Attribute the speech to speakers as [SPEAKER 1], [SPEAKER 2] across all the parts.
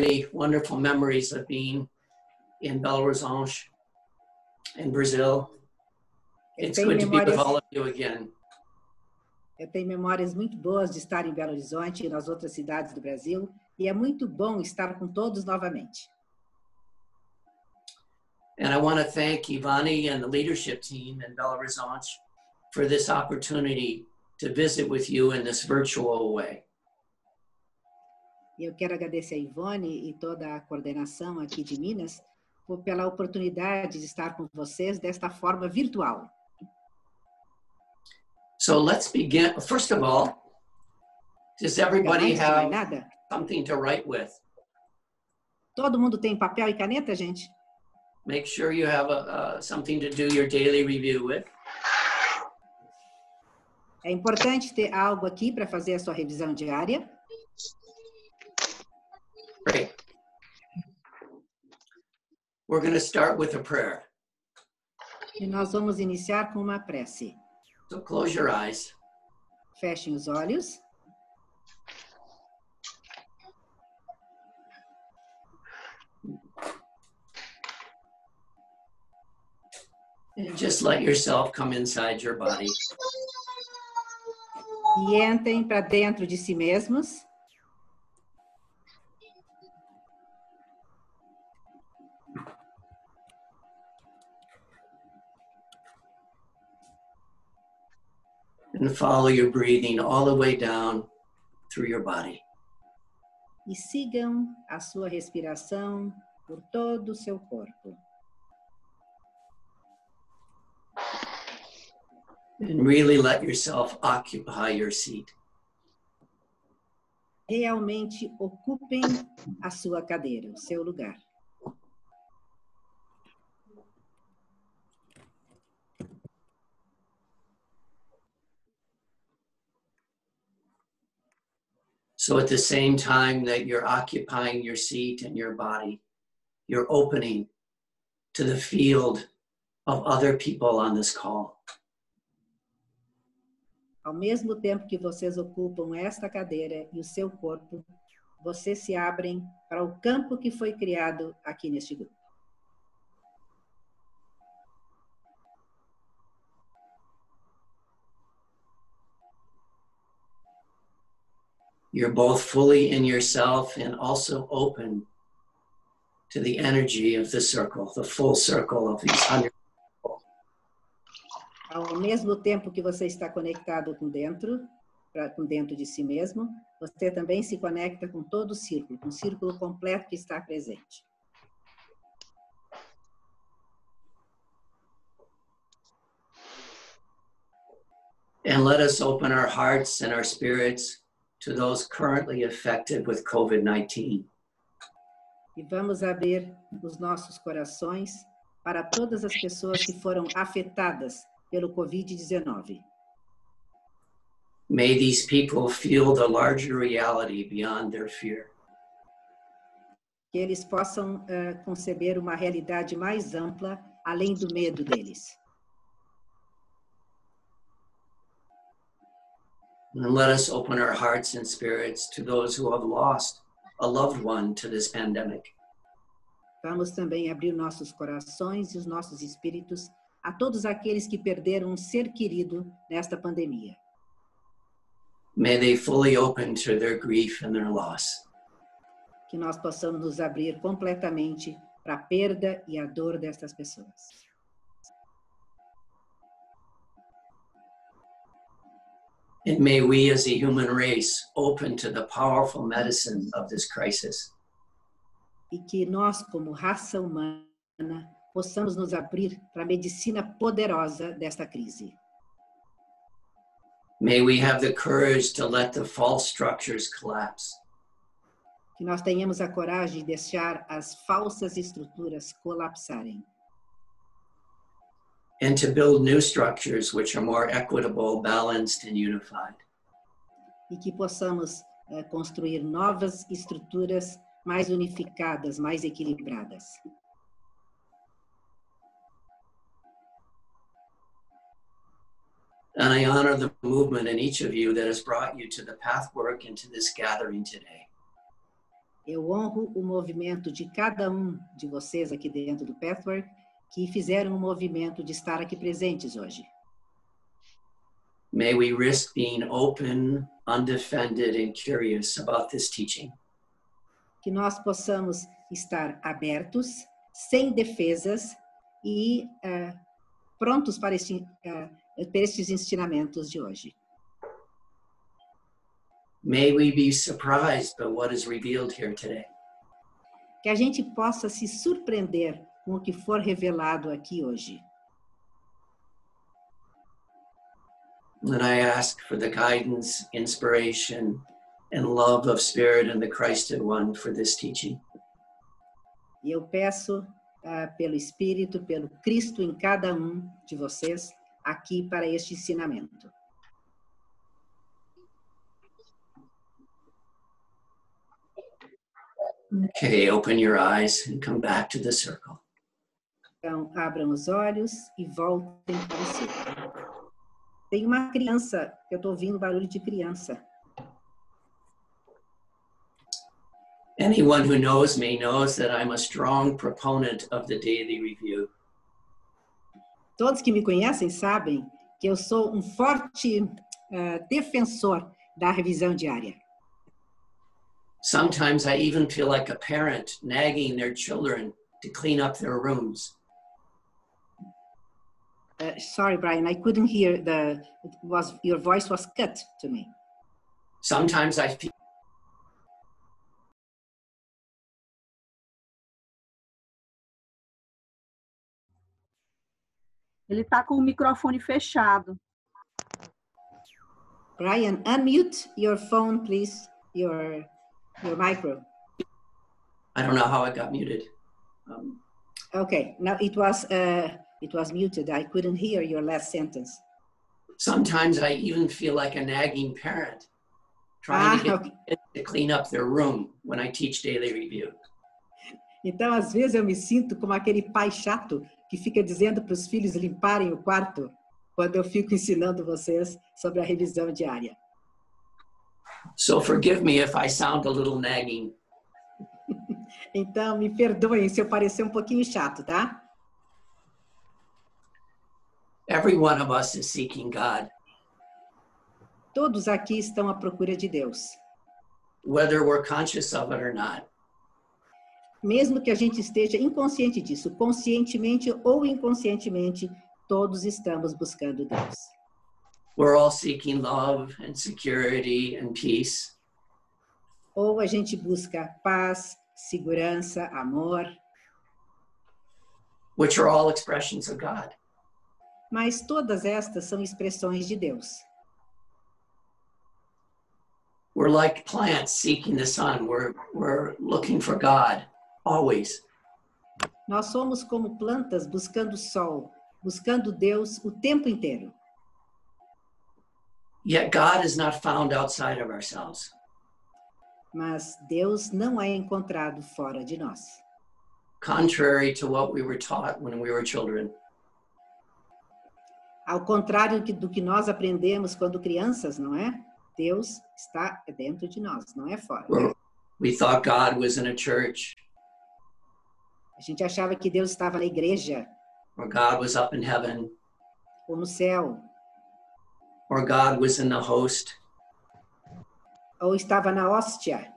[SPEAKER 1] many wonderful memories of being in Belo Horizonte, in Brazil. It's
[SPEAKER 2] Bem
[SPEAKER 1] good to be with
[SPEAKER 2] memórias.
[SPEAKER 1] all of you again.
[SPEAKER 2] Eu tenho memórias muito boas de estar em Belo Horizonte e nas outras cidades do Brasil, e é muito bom estar com todos novamente.
[SPEAKER 1] And I want to thank Ivani and the leadership team in Belo Horizonte for this opportunity to visit with you in this virtual way.
[SPEAKER 2] E eu quero agradecer a Ivone e toda a coordenação aqui de Minas por- pela oportunidade de estar com vocês desta forma virtual.
[SPEAKER 1] So let's begin. First of all, does everybody
[SPEAKER 2] Antes de mais
[SPEAKER 1] have
[SPEAKER 2] nada,
[SPEAKER 1] something to write with?
[SPEAKER 2] todo mundo tem papel e caneta, gente?
[SPEAKER 1] Make sure you have a, uh, something to do your daily review with.
[SPEAKER 2] É importante ter algo aqui para fazer a sua revisão diária.
[SPEAKER 1] Great. We're going to start with a prayer.
[SPEAKER 2] E nós vamos iniciar com uma prece.
[SPEAKER 1] So close your eyes.
[SPEAKER 2] Fechem os olhos
[SPEAKER 1] And just let yourself come inside your body.
[SPEAKER 2] e entrem para dentro de si mesmos.
[SPEAKER 1] and follow your breathing all the way down through your body.
[SPEAKER 2] e sigam a sua respiração por todo o seu corpo.
[SPEAKER 1] And really let yourself occupy your seat.
[SPEAKER 2] Realmente ocupem a sua cadeira, o seu lugar.
[SPEAKER 1] So at the same time that you're occupying your seat and your body, you're opening to the field of other people on this call.
[SPEAKER 2] Ao mesmo tempo que vocês ocupam esta cadeira e o seu corpo, vocês se abrem para o campo que foi criado aqui neste grupo.
[SPEAKER 1] You're both fully in yourself and also open to the energy of the circle, the full circle of these hundred.
[SPEAKER 2] Ao mesmo tempo que você está conectado com dentro, pra- com dentro de si mesmo, você também se conecta com todo o círculo, com o círculo completo que está presente.
[SPEAKER 1] And let us open our hearts and our spirits to those currently affected with COVID 19.
[SPEAKER 2] E vamos abrir os nossos corações para todas as pessoas que foram afetadas pelo Covid-19.
[SPEAKER 1] May these people feel the larger reality beyond their fear.
[SPEAKER 2] Que eles possam eh, conceber uma realidade mais ampla, além do medo deles.
[SPEAKER 1] And let us open our hearts and spirits to those who have lost a loved one to this pandemic.
[SPEAKER 2] Vamos também abrir nossos corações e os nossos espíritos a todos aqueles que perderam um ser querido nesta pandemia.
[SPEAKER 1] May they fully open to their grief and their loss.
[SPEAKER 2] Que nós possamos nos abrir completamente para a perda e a dor destas pessoas.
[SPEAKER 1] And may we as a human race open to the powerful medicine of this crisis.
[SPEAKER 2] e que nós, como raça humana, possamos nos abrir para a medicina poderosa desta crise.
[SPEAKER 1] May we have the courage to let the false structures collapse.
[SPEAKER 2] Que nós tenhamos a coragem de deixar as falsas estruturas colapsarem
[SPEAKER 1] and to build new structures which are more equitable, balanced, and unified.
[SPEAKER 2] e que possamos eh, construir novas estruturas mais unificadas, mais equilibradas.
[SPEAKER 1] And I honor the movement in each of you that has brought you to the pathwork and to this gathering today.
[SPEAKER 2] Eu honro o movimento de cada um de vocês aqui dentro do Pathwork que fizeram o movimento de estar aqui presentes hoje.
[SPEAKER 1] May we risk being open, undefended, and curious about this teaching.
[SPEAKER 2] Que nós possamos estar abertos, sem defesas e ah, prontos para, este, ah, para estes ensinamentos de hoje.
[SPEAKER 1] May we be surprised by what is revealed here today.
[SPEAKER 2] Que a gente possa se surpreender com o que for revelado aqui hoje.
[SPEAKER 1] And I ask for the guidance, inspiration, and love of Spirit and the Christed One for this teaching.
[SPEAKER 2] E eu peço ah, pelo Espírito, pelo Cristo em cada um de vocês aqui para este ensinamento.
[SPEAKER 1] Okay, open your eyes and come back to the circle.
[SPEAKER 2] Então, abram os olhos e voltem para o círculo. Tem uma criança, eu estou ouvindo barulho de criança.
[SPEAKER 1] Anyone who knows me knows that I'm a strong proponent of the daily review.
[SPEAKER 2] Todos que me conhecem sabem que eu sou um forte ah, defensor da revisão diária.
[SPEAKER 1] Sometimes I even feel like a parent nagging their children to clean up their rooms.
[SPEAKER 2] Uh, sorry, Brian, I couldn't hear the it was your voice was cut to me.
[SPEAKER 1] Sometimes I feel
[SPEAKER 3] Ele está com o microfone fechado.
[SPEAKER 2] Brian, unmute your phone, please. Your your micro.
[SPEAKER 1] I don't know how I got muted. Um,
[SPEAKER 2] Okay, now it was uh, it was muted. I couldn't hear your last sentence.
[SPEAKER 1] sometimes I even feel like a nagging parent trying
[SPEAKER 2] Ah,
[SPEAKER 1] to get
[SPEAKER 2] ok.
[SPEAKER 1] kids to clean up their room when I teach daily review.
[SPEAKER 2] Então, às vezes eu me sinto como aquele pai chato que fica dizendo para os filhos limparem o quarto quando eu fico ensinando vocês sobre a revisão diária.
[SPEAKER 1] So forgive me if I sound a little nagging.
[SPEAKER 2] Então, me perdoem se eu parecer um pouquinho chato, tá?
[SPEAKER 1] Every one of us is seeking God,
[SPEAKER 2] Todos aqui estão à procura de Deus.
[SPEAKER 1] whether we're conscious of it or not.
[SPEAKER 2] Mesmo que a gente esteja inconsciente disso, conscientemente ou inconscientemente, todos estamos buscando Deus.
[SPEAKER 1] We're all seeking love and security and peace.
[SPEAKER 2] Ou a gente busca paz, segurança, amor,
[SPEAKER 1] which are all expressions of God.
[SPEAKER 2] mas todas estas são expressões de Deus.
[SPEAKER 1] We're like plants seeking the sun. We're, we're looking for God always.
[SPEAKER 2] Nós somos como plantas buscando o sol, buscando Deus o tempo inteiro.
[SPEAKER 1] Yet God is not found outside of ourselves.
[SPEAKER 2] Mas Deus não é encontrado fora de nós,
[SPEAKER 1] Contrary to what we were taught when we were children,
[SPEAKER 2] ao contrário que- do que nós aprendemos quando crianças, não é? Deus está dentro de nós, não é fora.
[SPEAKER 1] We're- we thought God was in a church
[SPEAKER 2] A gente achava que Deus estava na igreja
[SPEAKER 1] or God was up in heaven
[SPEAKER 2] ou no céu,
[SPEAKER 1] or God was in the host.
[SPEAKER 2] ou estava na hóstia.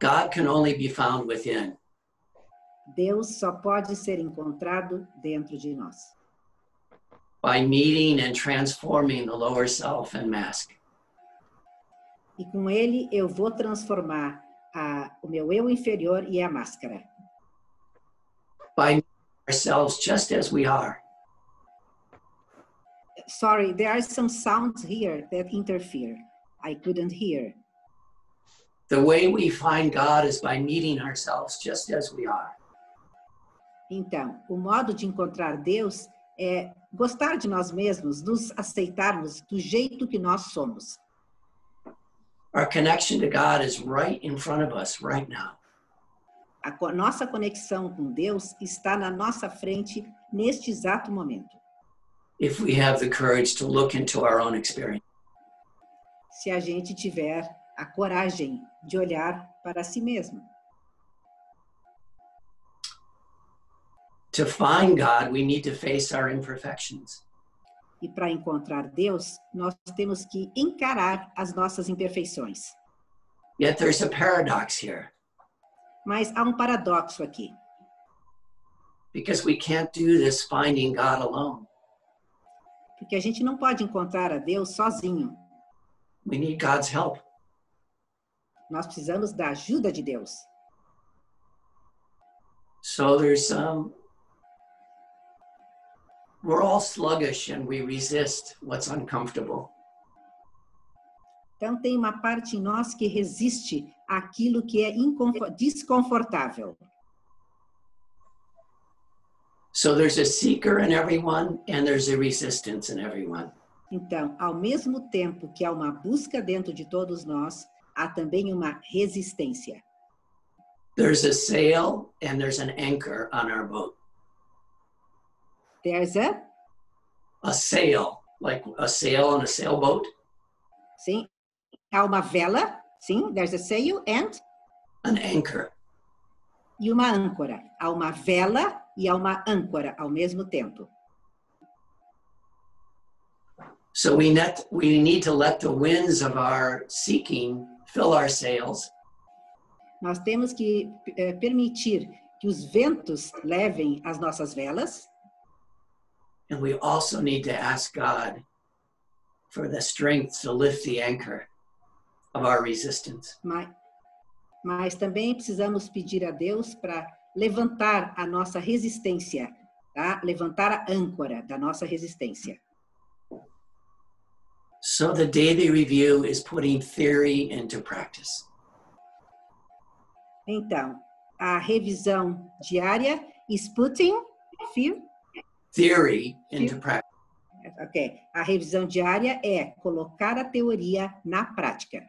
[SPEAKER 1] God can only be found within.
[SPEAKER 2] Deus só pode ser encontrado dentro de nós,
[SPEAKER 1] By meeting and transforming the lower self and mask.
[SPEAKER 2] e com ele eu vou transformar a- o meu eu inferior e a máscara.
[SPEAKER 1] By meeting ourselves just as we are.
[SPEAKER 2] Sorry, there are some sounds here that interfere. I couldn't hear.
[SPEAKER 1] The way we find God is by meeting ourselves just as we are.
[SPEAKER 2] Então, o modo de encontrar Deus é gostar de nós mesmos, nos aceitarmos do jeito que nós somos.
[SPEAKER 1] Our connection to God is right in front of us right now.
[SPEAKER 2] A co- nossa conexão com Deus está na nossa frente neste exato momento.
[SPEAKER 1] If we have the courage to look into our own experience,
[SPEAKER 2] se a gente tiver a coragem de olhar para si mesmo.
[SPEAKER 1] To find God, we need to face our imperfections.
[SPEAKER 2] E para encontrar Deus, nós temos que encarar as nossas imperfeições.
[SPEAKER 1] Yet there's a paradox here
[SPEAKER 2] Mas há um paradoxo aqui,
[SPEAKER 1] because we can't do this finding God alone.
[SPEAKER 2] porque a gente não pode encontrar a Deus sozinho.
[SPEAKER 1] We need God's help.
[SPEAKER 2] Nós precisamos da ajuda de Deus.
[SPEAKER 1] So there's um we're all sluggish and we resist what's uncomfortable.
[SPEAKER 2] Então tem uma parte em nós que resiste àquilo que é inconfo- desconfortável.
[SPEAKER 1] So there's a seeker in everyone and there's a resistance in everyone.
[SPEAKER 2] Então, ao mesmo tempo que há uma busca dentro de todos nós, há também uma resistência.
[SPEAKER 1] There's a sail and there's an anchor on our boat.
[SPEAKER 2] There's a,
[SPEAKER 1] A sail, like a sail on a sailboat,
[SPEAKER 2] sim, há uma vela, sim, there's a sail and,
[SPEAKER 1] an anchor.
[SPEAKER 2] e uma âncora. Há uma vela e há uma âncora ao mesmo tempo.
[SPEAKER 1] So we net we need to let the winds of our seeking fill our sails
[SPEAKER 2] Nós temos que eh, permitir que os ventos levem as nossas velas
[SPEAKER 1] and we also need to ask God for the strength to lift the anchor of our resistance.
[SPEAKER 2] mas, mas também precisamos pedir a Deus para levantar a nossa resistência, tá? Levantar a âncora da nossa resistência.
[SPEAKER 1] So the daily review is putting theory into practice.
[SPEAKER 2] Então, a revisão diária is putting fear,
[SPEAKER 1] Theory into practice.
[SPEAKER 2] ok? A revisão diária é colocar a teoria na prática.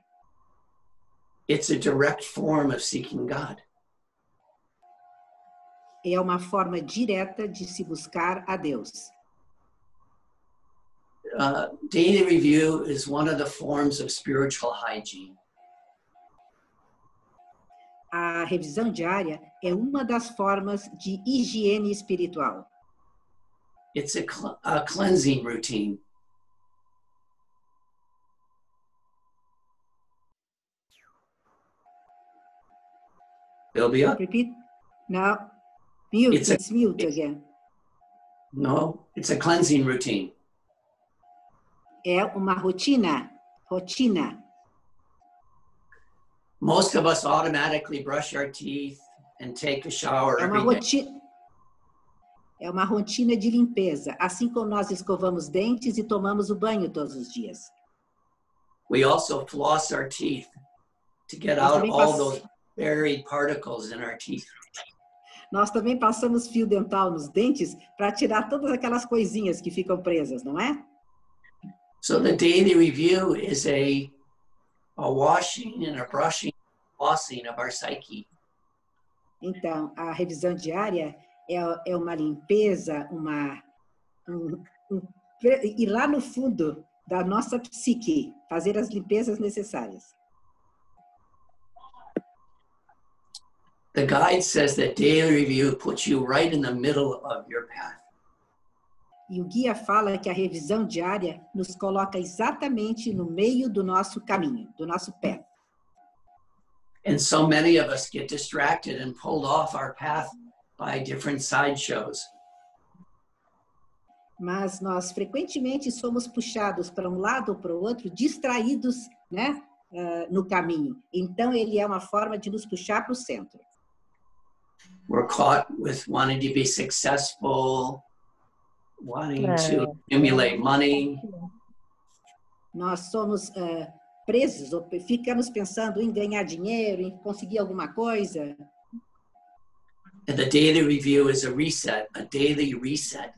[SPEAKER 1] It's a direct form of seeking God.
[SPEAKER 2] É uma forma direta de se buscar a Deus.
[SPEAKER 1] Uh, daily review is one of the forms of spiritual hygiene.
[SPEAKER 2] A revisão diária é uma das formas de higiene espiritual.
[SPEAKER 1] It's a, cl- a cleansing routine. It'll be up.
[SPEAKER 2] Repeat. Now, mute.
[SPEAKER 1] It's
[SPEAKER 2] It's,
[SPEAKER 1] a-
[SPEAKER 2] mute again.
[SPEAKER 1] No, it's a cleansing routine.
[SPEAKER 2] É uma rotina. Rotina.
[SPEAKER 1] Most of us automatically brush our teeth and take a shower
[SPEAKER 2] É uma
[SPEAKER 1] every day.
[SPEAKER 2] rotina. É uma rotina de limpeza, assim como nós escovamos dentes e tomamos o banho todos os dias.
[SPEAKER 1] We also floss our teeth to get
[SPEAKER 2] Nós
[SPEAKER 1] out
[SPEAKER 2] também,
[SPEAKER 1] all
[SPEAKER 2] pass-
[SPEAKER 1] those buried particles in our teeth.
[SPEAKER 2] nós também passamos fio dental nos dentes para tirar todas aquelas coisinhas que ficam presas, não é?
[SPEAKER 1] So the daily review is a a washing and a brushing, flossing of our psyche.
[SPEAKER 2] Então, a revisão diária é, é uma limpeza, uma. um- um- e lá no fundo da nossa psique, fazer as limpezas necessárias.
[SPEAKER 1] The guide says that daily review puts you right in the middle of your path.
[SPEAKER 2] E o guia fala que a revisão diária nos coloca exatamente no meio do nosso caminho, do nosso pé.
[SPEAKER 1] And so many of us get distracted and pulled off our path by different sideshows.
[SPEAKER 2] Mas nós frequentemente somos puxados para um lado ou para o outro, distraídos né, ah, no caminho. Então, ele é uma forma de nos puxar para o centro.
[SPEAKER 1] We're caught with wanting to be successful, wanting
[SPEAKER 4] Yeah.
[SPEAKER 1] to accumulate money,
[SPEAKER 2] nós somos ah, presos ou pe- ficamos pensando em ganhar dinheiro, em conseguir alguma coisa.
[SPEAKER 1] And the daily review is a reset, a daily reset.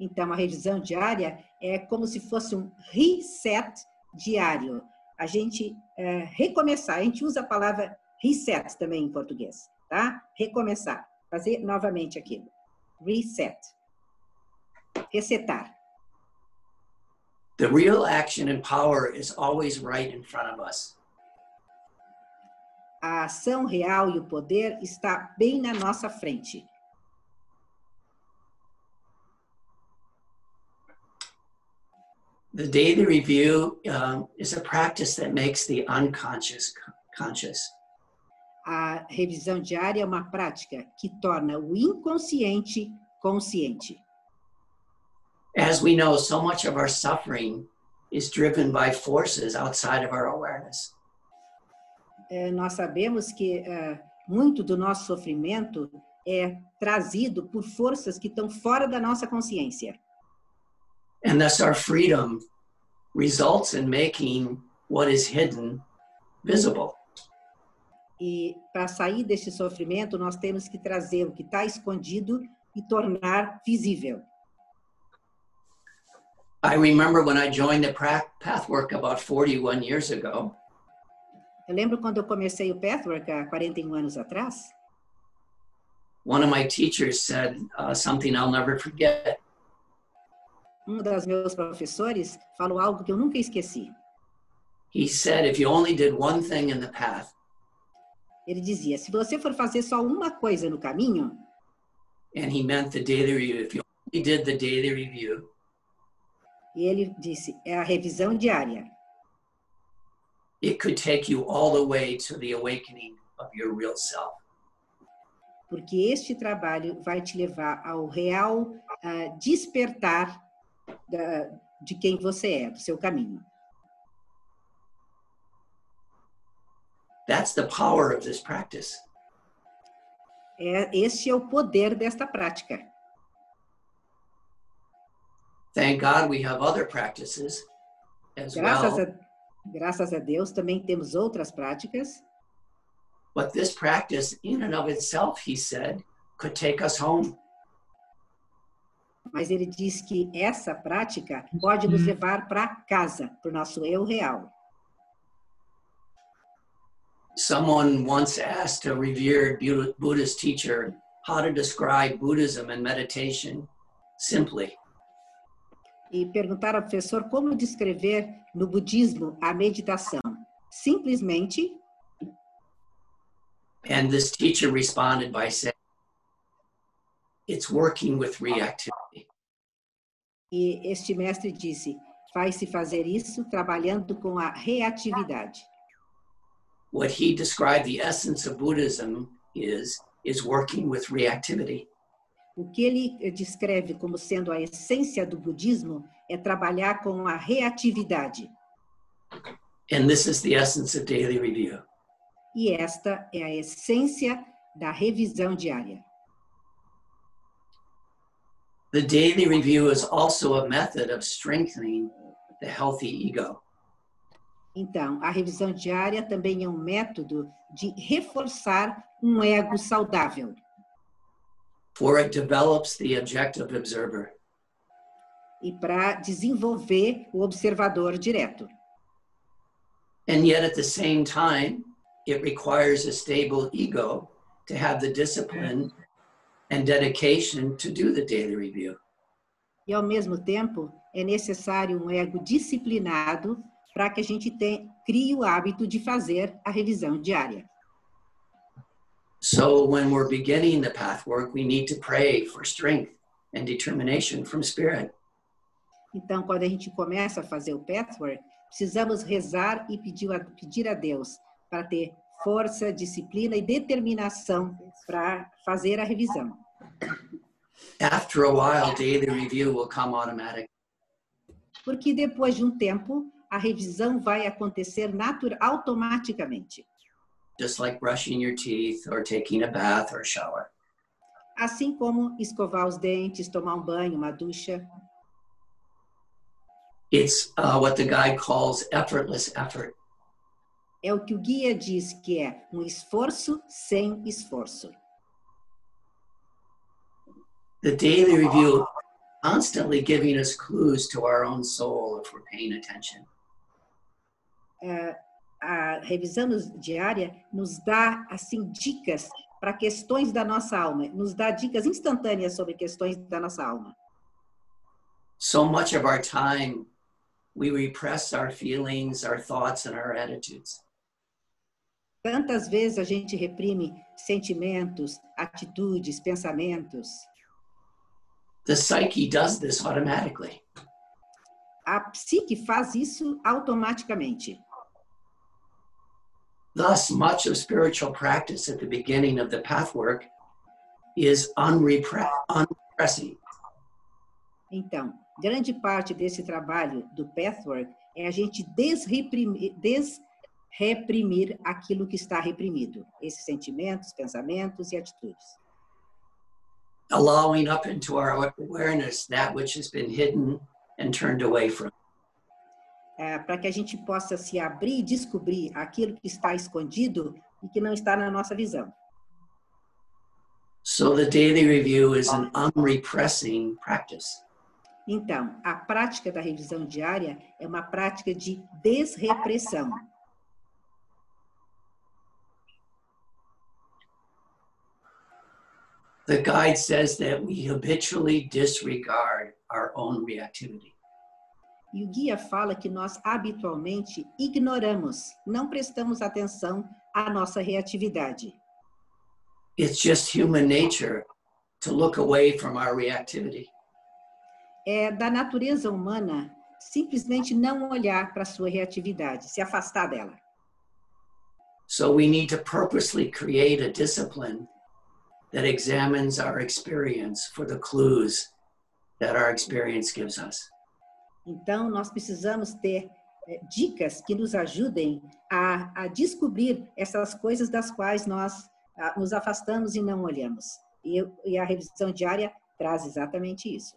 [SPEAKER 2] Então, a revisão diária é como se fosse um reset diário. A gente eh, recomeçar, a gente usa a palavra reset também em português, tá? Recomeçar, fazer novamente aquilo. Reset. Resetar.
[SPEAKER 1] The real action and power is always right in front of us.
[SPEAKER 2] A ação real e o poder está bem na nossa frente.
[SPEAKER 1] The daily review um, is a practice that makes the unconscious con- conscious.
[SPEAKER 2] A revisão diária é uma prática que torna o inconsciente consciente.
[SPEAKER 1] As we know, so much of our suffering is driven by forces outside of our awareness.
[SPEAKER 2] Eh, nós sabemos que eh, muito do nosso sofrimento é trazido por forças que estão fora da nossa consciência.
[SPEAKER 1] And thus, our freedom results in making what is hidden visible.
[SPEAKER 2] E para sair deste sofrimento, nós temos que trazer o que está escondido e tornar visível.
[SPEAKER 1] I remember when I joined the pra- pathwork about 41 years ago,
[SPEAKER 2] Eu lembro quando eu comecei o Pathwork há 41 anos atrás,
[SPEAKER 1] one of my teachers said uh, something I'll never forget.
[SPEAKER 2] um dos meus professores falou algo que eu nunca esqueci.
[SPEAKER 1] He said, If you only did one thing in the path,
[SPEAKER 2] Ele dizia: se você for fazer só uma coisa no caminho,
[SPEAKER 1] and he meant the daily review, if you only did the daily review,
[SPEAKER 2] e ele disse, é a revisão diária.
[SPEAKER 1] it could take you all the way to the awakening of your real self.
[SPEAKER 2] porque este trabalho vai te levar ao real ah, despertar da- de quem você é, do seu caminho.
[SPEAKER 1] That's the power of this practice.
[SPEAKER 2] É, este é o poder desta prática.
[SPEAKER 1] Thank God we have other practices as
[SPEAKER 2] Graças
[SPEAKER 1] well,
[SPEAKER 2] a, graças a Deus também temos outras práticas,
[SPEAKER 1] but this practice, in and of itself, he said, could take us home.
[SPEAKER 2] mas ele diz que essa prática pode nos levar para casa, para o nosso eu real.
[SPEAKER 1] Someone once asked a revered Bu- Buddhist teacher how to describe Buddhism and meditation simply.
[SPEAKER 2] E perguntar ao professor como descrever no budismo a meditação. Simplesmente,
[SPEAKER 1] And this teacher responded by saying, It's working with reactivity.
[SPEAKER 2] E este mestre disse: vai-se fazer isso trabalhando com a reatividade.
[SPEAKER 1] What he described the essence of Buddhism is, is working with reactivity.
[SPEAKER 2] O que ele eh, descreve como sendo a essência do budismo é trabalhar com a reatividade.
[SPEAKER 1] And this is the essence of daily review.
[SPEAKER 2] E esta é a essência da revisão diária.
[SPEAKER 1] The daily review is also a method of strengthening the healthy ego.
[SPEAKER 2] Então, a revisão diária também é um método de reforçar um ego saudável,
[SPEAKER 1] for it develops the objective observer.
[SPEAKER 2] e para desenvolver o observador direto.
[SPEAKER 1] And yet, at the same time, it requires a stable ego to have the discipline and dedication to do the daily review.
[SPEAKER 2] E, ao mesmo tempo, é necessário um ego disciplinado para que a gente te- crie o hábito de fazer a revisão diária.
[SPEAKER 1] So, when we're beginning the path work, we need to pray for strength and determination from spirit.
[SPEAKER 2] Então, quando a gente começa a fazer o pathwork, precisamos rezar e pedir a, pedir a Deus para ter força, disciplina e determinação para fazer a revisão.
[SPEAKER 1] After a while, daily review will come automatic.
[SPEAKER 2] Porque depois de um tempo, a revisão vai acontecer natura, automaticamente.
[SPEAKER 1] Just like brushing your teeth or taking a bath or shower.
[SPEAKER 2] Assim como escovar os dentes, tomar um banho, uma ducha.
[SPEAKER 1] It's uh, what the guy calls effortless effort.
[SPEAKER 2] É o que o guia diz que é um esforço sem esforço.
[SPEAKER 1] The daily review constantly giving us clues to our own soul if we're paying attention.
[SPEAKER 2] É, a revisão nos- diária nos dá assim dicas para questões da nossa alma, nos dá dicas instantâneas sobre questões da nossa alma.
[SPEAKER 1] So much of our time we repress our feelings, our thoughts, and our attitudes.
[SPEAKER 2] Tantas vezes a gente reprime sentimentos, atitudes, pensamentos.
[SPEAKER 1] The psyche does this automatically.
[SPEAKER 2] A psique faz isso automaticamente.
[SPEAKER 1] Thus, much of spiritual practice at the beginning of the pathwork is unrepre- unrepressing.
[SPEAKER 2] Então, grande parte desse trabalho do Pathwork é a gente desreprimir, desreprimir aquilo que está reprimido, esses sentimentos, pensamentos e atitudes.
[SPEAKER 1] allowing up into our awareness that which has been hidden and turned away from.
[SPEAKER 2] É, Para que a gente possa se abrir e descobrir aquilo que está escondido e que não está na nossa visão.
[SPEAKER 1] So the daily review is an unrepressing practice.
[SPEAKER 2] Então, a prática da revisão diária é uma prática de desrepressão.
[SPEAKER 1] The guide says that we habitually disregard our own reactivity.
[SPEAKER 2] E o guia fala que nós habitualmente ignoramos, não prestamos atenção à nossa reatividade.
[SPEAKER 1] It's just human nature to look away from our reactivity.
[SPEAKER 2] É da natureza humana simplesmente não olhar para a sua reatividade, se afastar dela.
[SPEAKER 1] So we need to purposely create a discipline that examines our experience for the clues that our experience gives us.
[SPEAKER 2] Então, nós precisamos ter eh, dicas que nos ajudem a, a descobrir essas coisas das quais nós ah, nos afastamos e não olhamos. E, eu- e a revisão diária traz exatamente isso.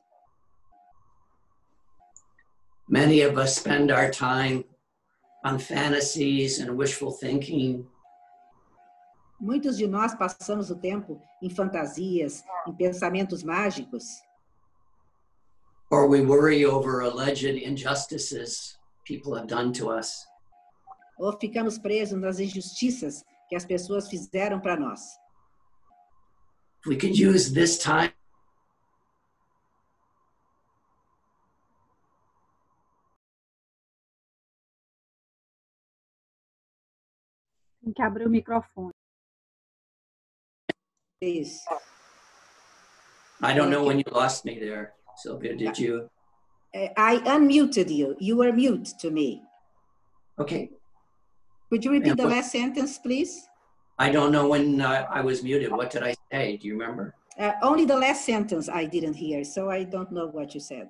[SPEAKER 1] Many of us spend our time on fantasies and wishful thinking
[SPEAKER 2] Muitos de nós passamos o tempo em fantasias, em pensamentos mágicos,
[SPEAKER 1] or we worry over alleged injustices people have done to us.
[SPEAKER 2] ou ficamos presos nas injustiças que as pessoas fizeram para nós.
[SPEAKER 1] If we could use this time
[SPEAKER 3] Tem que abrir o microfone.
[SPEAKER 2] É Isso.
[SPEAKER 1] I don't know when you lost me there, Sylvia. Did you?
[SPEAKER 2] Eh, I unmuted you. You were mute to me.
[SPEAKER 1] Okay.
[SPEAKER 2] Could you repeat the last sentence, please?
[SPEAKER 1] I don't know when uh, I was muted. What did I say? Do you remember?
[SPEAKER 2] Uh, only the last sentence I didn't hear, so I don't know what you said.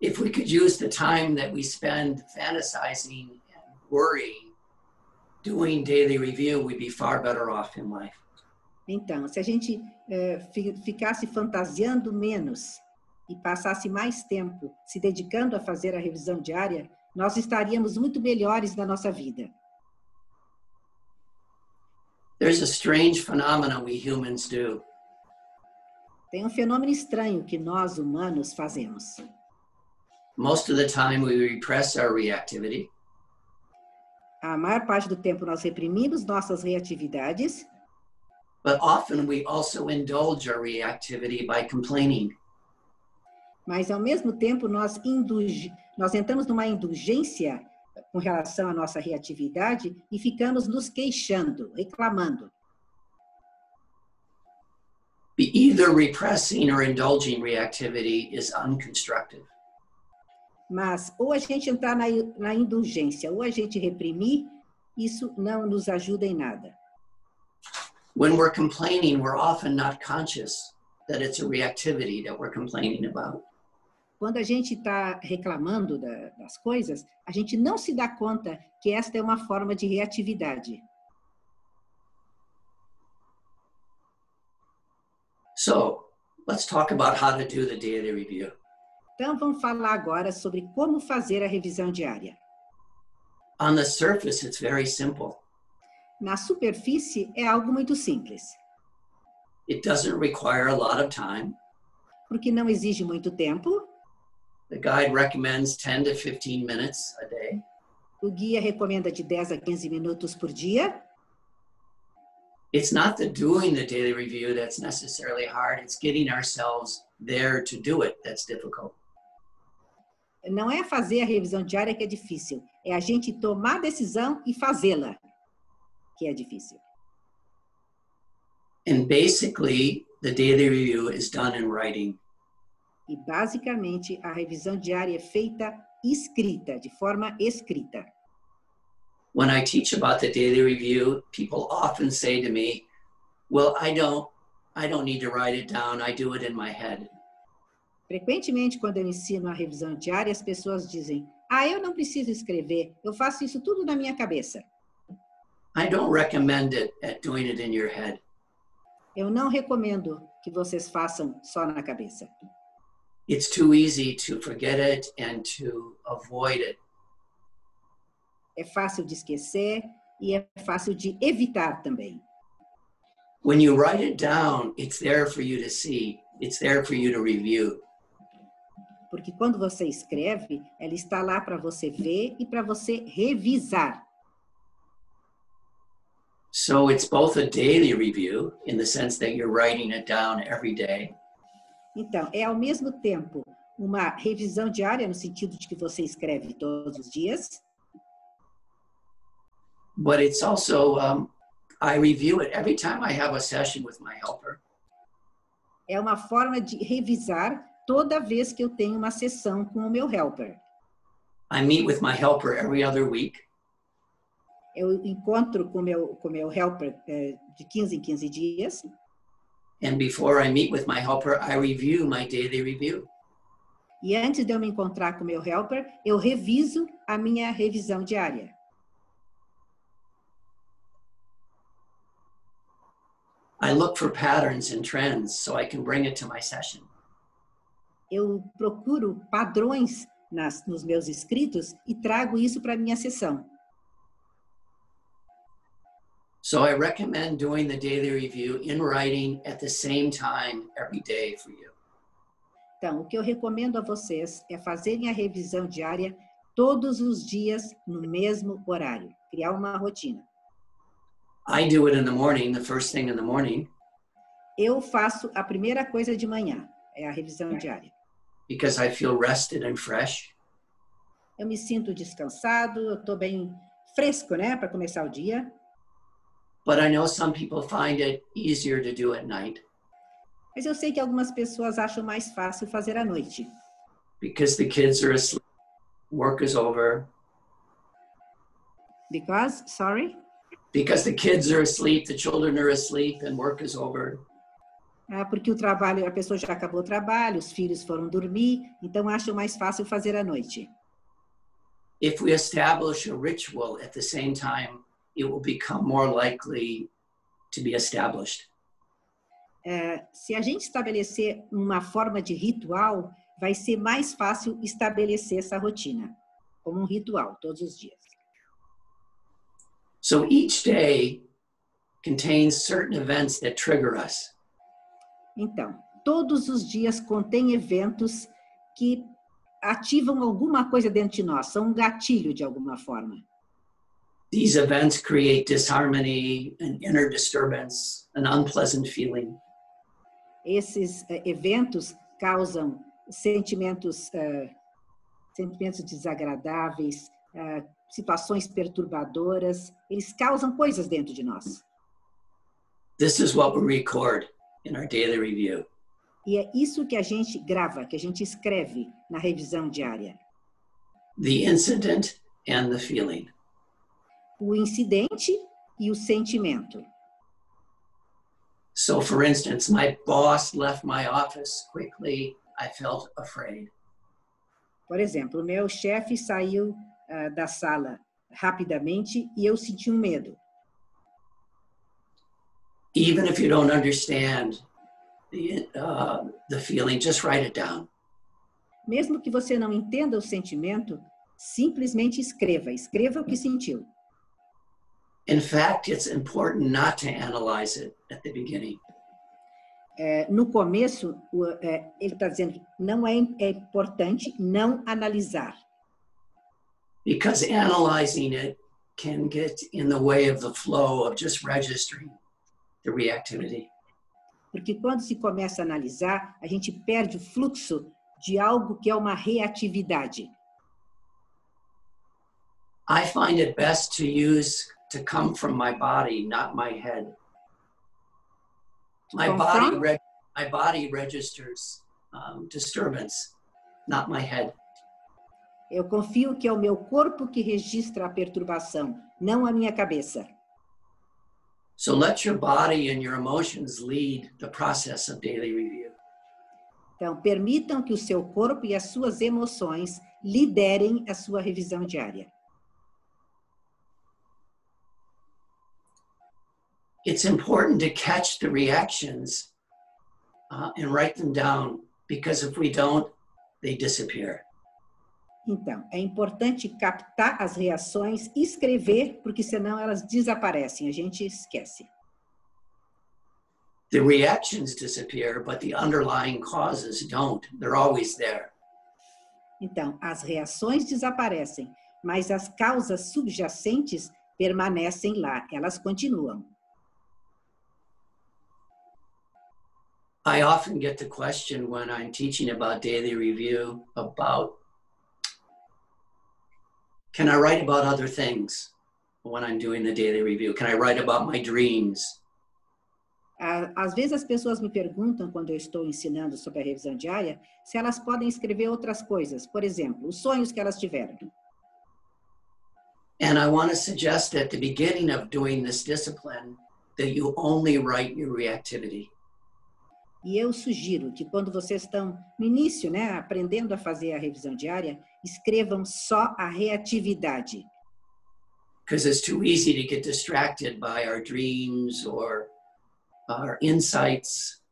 [SPEAKER 1] If we could use the time that we spend fantasizing and worrying, doing daily review, we'd be far better off in life.
[SPEAKER 2] Então, se a gente eh, fi- ficasse fantasiando menos e passasse mais tempo se dedicando a fazer a revisão diária, nós estaríamos muito melhores na nossa vida.
[SPEAKER 1] There's a strange phenomenon we humans do.
[SPEAKER 2] Tem um fenômeno estranho que nós humanos fazemos.
[SPEAKER 1] Most of the time, we repress our reactivity.
[SPEAKER 2] A maior parte do tempo nós reprimimos nossas reatividades,
[SPEAKER 1] But often we also indulge our reactivity by complaining.
[SPEAKER 2] mas ao mesmo tempo nós indulge, nós entramos numa indulgência com relação à nossa reatividade e ficamos nos queixando, reclamando.
[SPEAKER 1] Be- Either repressing or indulging reactivity is unconstructive.
[SPEAKER 2] Mas ou a gente entrar na, na indulgência, ou a gente reprimir, isso não nos ajuda em nada.
[SPEAKER 1] When we're complaining, we're often not conscious that it's a reactivity that we're complaining about.
[SPEAKER 2] Quando a gente está reclamando da- das coisas, a gente não se dá conta que esta é uma forma de reatividade.
[SPEAKER 1] So let's talk about how to do the daily review.
[SPEAKER 2] Então, vamos falar agora sobre como fazer a revisão diária.
[SPEAKER 1] On the surface, it's very simple.
[SPEAKER 2] Na superfície, é algo muito simples,
[SPEAKER 1] It doesn't require a lot of time.
[SPEAKER 2] porque não exige muito tempo.
[SPEAKER 1] The guide recommends 10 to 15 minutes a day.
[SPEAKER 2] O guia recomenda de 10 a 15 minutos por dia.
[SPEAKER 1] it's not the doing the daily review that's necessarily hard it's getting ourselves there to do it that's difficult
[SPEAKER 2] não é fazer a revisão diária que é difícil, é a gente tomar a decisão e fazê-la que é difícil.
[SPEAKER 1] And basically, the daily review is done in writing.
[SPEAKER 2] E basicamente a revisão diária é feita escrita, de forma escrita.
[SPEAKER 1] When I teach about the daily review, people often say to me, "Well, I don't I don't need to write it down. I do it in my head."
[SPEAKER 2] Frequentemente, quando eu ensino a revisão diária, as pessoas dizem: Ah, eu não preciso escrever, eu faço isso tudo na minha cabeça.
[SPEAKER 1] I don't recommend it at doing it in your head.
[SPEAKER 2] Eu não recomendo que vocês façam só na cabeça.
[SPEAKER 1] It's too easy to forget it and to avoid it.
[SPEAKER 2] É fácil de esquecer e é fácil de evitar também.
[SPEAKER 1] When you write it down, it's there for you to see. It's there for you to review.
[SPEAKER 2] Porque quando você escreve, ela está lá para você ver e para você revisar.
[SPEAKER 1] So it's both a daily review in the sense that you're writing it down every day,
[SPEAKER 2] Então, é ao mesmo tempo uma revisão diária, no sentido de que você escreve todos os dias,
[SPEAKER 1] but it's also um, I review it every time I have a session with my helper.
[SPEAKER 2] é uma forma de revisar toda vez que eu tenho uma sessão com o meu helper.
[SPEAKER 1] I meet with my helper every other week.
[SPEAKER 2] Eu encontro com o meu, com o meu helper eh, de 15 em 15 dias,
[SPEAKER 1] And before I meet with my helper, I review my daily review.
[SPEAKER 2] e antes de eu me encontrar com o meu helper, eu reviso a minha revisão diária.
[SPEAKER 1] I look for patterns and trends so I can bring it to my session.
[SPEAKER 2] eu procuro padrões nas, nos meus escritos e trago isso para minha sessão.
[SPEAKER 1] So I recommend doing the daily review in writing at the same time every day for you.
[SPEAKER 2] Então, o que eu recomendo a vocês é fazerem a revisão diária todos os dias no mesmo horário, criar uma rotina.
[SPEAKER 1] I do it in the morning, the first thing in the morning,
[SPEAKER 2] Eu faço a primeira coisa de manhã, é a revisão diária.
[SPEAKER 1] because I feel rested and fresh.
[SPEAKER 2] Eu me sinto descansado, eu estou bem fresco, né, para começar o dia.
[SPEAKER 1] But I know some people find it easier to do at night
[SPEAKER 2] Mas eu sei que algumas pessoas acham mais fácil fazer à noite,
[SPEAKER 1] because the kids are asleep, work is over.
[SPEAKER 2] because, sorry,
[SPEAKER 1] Because the kids are asleep, the children are asleep, and work is over.
[SPEAKER 2] Ah, porque o trabalho, a pessoa já acabou o trabalho, os filhos foram dormir, então acham mais fácil fazer à noite.
[SPEAKER 1] If we establish a ritual at the same time, it will become more likely to be established.
[SPEAKER 2] Eh, se a gente estabelecer uma forma de ritual, vai ser mais fácil estabelecer essa rotina, como um ritual, todos os dias.
[SPEAKER 1] So each day contains certain events that trigger us.
[SPEAKER 2] Então, todos os dias contém eventos que ativam alguma coisa dentro de nós, são um gatilho de alguma forma.
[SPEAKER 1] These events create disharmony, an inner disturbance, an unpleasant feeling.
[SPEAKER 2] esses eh, eventos causam sentimentos eh, sentimentos desagradáveis, eh, situações perturbadoras, eles causam coisas dentro de nós.
[SPEAKER 1] This is what we record in our daily review.
[SPEAKER 2] E é isso que a gente grava, que a gente escreve na revisão diária.
[SPEAKER 1] the incident and the feeling.
[SPEAKER 2] O incidente e o sentimento.
[SPEAKER 1] So, for instance, my boss left my office quickly. I felt afraid.
[SPEAKER 2] Por exemplo, o meu chefe saiu ah, da sala rapidamente e eu senti um medo.
[SPEAKER 1] Even if you don't understand the, uh, the feeling, just write it down.
[SPEAKER 2] Mesmo que você não entenda o sentimento, simplesmente escreva, escreva o que sentiu.
[SPEAKER 1] In fact, it's important not to analyze it at the beginning.
[SPEAKER 2] É, no começo, o, é, ele está dizendo que não é, é importante não analisar,
[SPEAKER 1] Because analyzing it can get in the way of the flow of just registering the reactivity.
[SPEAKER 2] porque quando se começa a analisar, a gente perde o fluxo de algo que é uma reatividade.
[SPEAKER 1] I find it best to use to come from my body, not my head. My
[SPEAKER 2] Come
[SPEAKER 1] body,
[SPEAKER 2] from?
[SPEAKER 1] reg- my body registers um, disturbance, not my head.
[SPEAKER 2] Eu confio que é o meu corpo que registra a perturbação, não a minha cabeça.
[SPEAKER 1] So let your body and your emotions lead the process of daily review.
[SPEAKER 2] Então, permitam que o seu corpo e as suas emoções liderem a sua revisão diária.
[SPEAKER 1] It's important to catch the reactions uh, and write them down because if we don't, they disappear.
[SPEAKER 2] Então, é importante captar as reações e escrever, porque senão elas desaparecem, a gente esquece.
[SPEAKER 1] The reactions disappear, but the underlying causes don't. They're always there.
[SPEAKER 2] Então, as reações desaparecem, mas as causas subjacentes permanecem lá, elas continuam.
[SPEAKER 1] I often get the question when I'm teaching about daily review about can I write about other things when I'm doing the daily review? Can I write about my dreams?
[SPEAKER 2] Á- Às vezes as pessoas me perguntam, quando eu estou ensinando sobre a revisão diária, se elas podem escrever outras coisas, por exemplo, os sonhos que elas tiveram.
[SPEAKER 1] And I want to suggest at the beginning of doing this discipline that you only write your reactivity.
[SPEAKER 2] E eu sugiro que quando vocês estão no início, né, aprendendo a fazer a revisão diária, escrevam só a reatividade,
[SPEAKER 1] because it's too easy to get distracted by our dreams or our insights.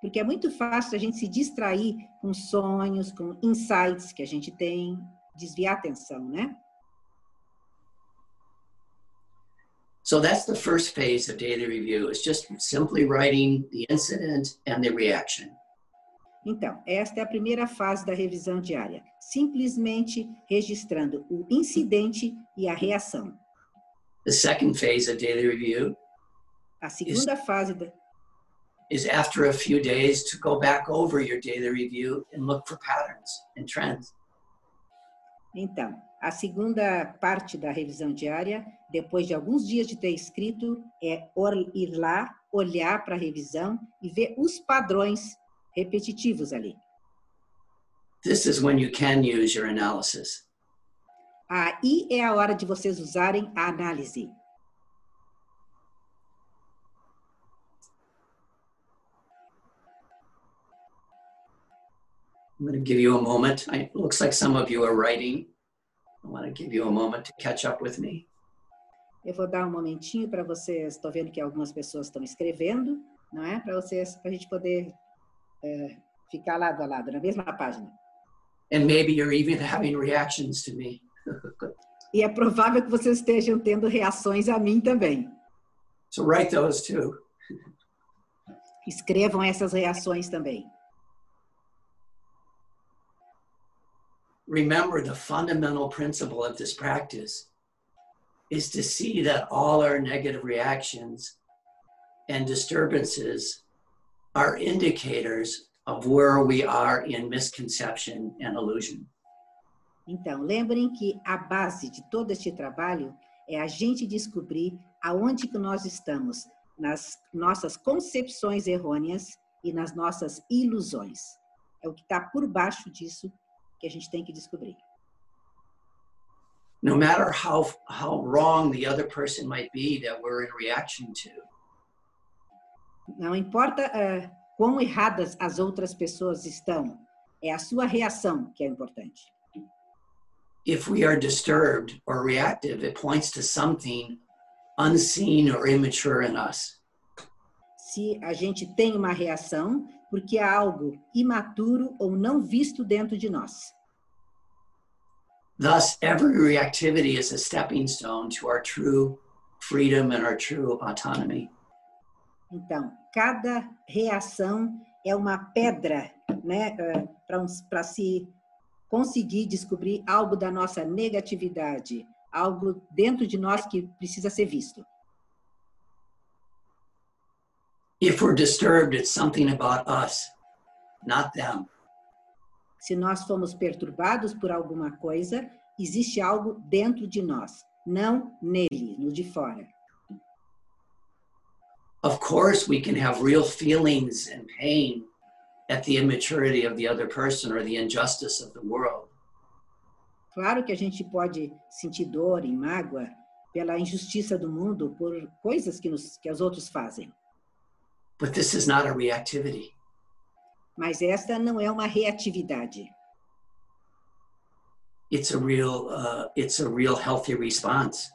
[SPEAKER 2] porque é muito fácil a gente se distrair com sonhos, com insights que a gente tem, desviar a atenção, né?
[SPEAKER 1] So that's the first phase of daily review is just simply writing the incident and the reaction.
[SPEAKER 2] Então, esta é a primeira fase da revisão diária, simplesmente registrando o incidente e a reação.
[SPEAKER 1] The second phase of daily review
[SPEAKER 2] A segunda fase da-
[SPEAKER 1] is after a few days to go back over your daily review and look for patterns and trends.
[SPEAKER 2] Então, a segunda parte da revisão diária, depois de alguns dias de ter escrito, é or- ir lá, olhar para a revisão e ver os padrões repetitivos ali.
[SPEAKER 1] This is when you can use your analysis.
[SPEAKER 2] Aí é a hora de vocês usarem a análise.
[SPEAKER 1] I'm going to give you a moment. I, it looks like some of you are writing. I want to give you a moment to catch up with me.
[SPEAKER 2] Eu vou dar um momentinho para vocês, estou vendo que algumas pessoas estão escrevendo, não é? Para vocês, para a gente poder eh, ficar lado a lado, na mesma página.
[SPEAKER 1] And maybe you're even having reactions to me.
[SPEAKER 2] E é provável que vocês estejam tendo reações a mim também.
[SPEAKER 1] So write those too.
[SPEAKER 2] Escrevam essas reações também.
[SPEAKER 1] Remember the fundamental principle of this practice is to see that all our negative reactions and disturbances are indicators of where we are in misconception and illusion.
[SPEAKER 2] Então, lembrem que a base de todo este trabalho é a gente descobrir aonde que nós estamos nas nossas concepções errôneas e nas nossas ilusões. É o que está por baixo disso que a gente tem que descobrir.
[SPEAKER 1] No matter how how wrong the other person might be that we're in reaction to,
[SPEAKER 2] Não importa eh, quão erradas as outras pessoas estão, é a sua reação que é importante.
[SPEAKER 1] if we are disturbed or reactive, it points to something unseen or immature in us.
[SPEAKER 2] Se a gente tem uma reação, porque há algo imaturo ou não visto dentro de nós.
[SPEAKER 1] Thus, every reactivity is a stepping stone to our true freedom and our true autonomy.
[SPEAKER 2] Então, cada reação é uma pedra, né, para se conseguir descobrir algo da nossa negatividade, algo dentro de nós que precisa ser visto.
[SPEAKER 1] If we're disturbed, it's something about us, not them.
[SPEAKER 2] Se nós fomos perturbados por alguma coisa, existe algo dentro de nós, não nele, no de fora.
[SPEAKER 1] Of course, we can have real feelings and pain at the immaturity of the other person or the injustice of the world.
[SPEAKER 2] Claro que a gente pode sentir dor e mágoa pela injustiça do mundo, por coisas que, nos, que os outros fazem.
[SPEAKER 1] But this is not a reactivity.
[SPEAKER 2] Mas esta não é uma reatividade.
[SPEAKER 1] It's a real, uh, it's a real healthy response.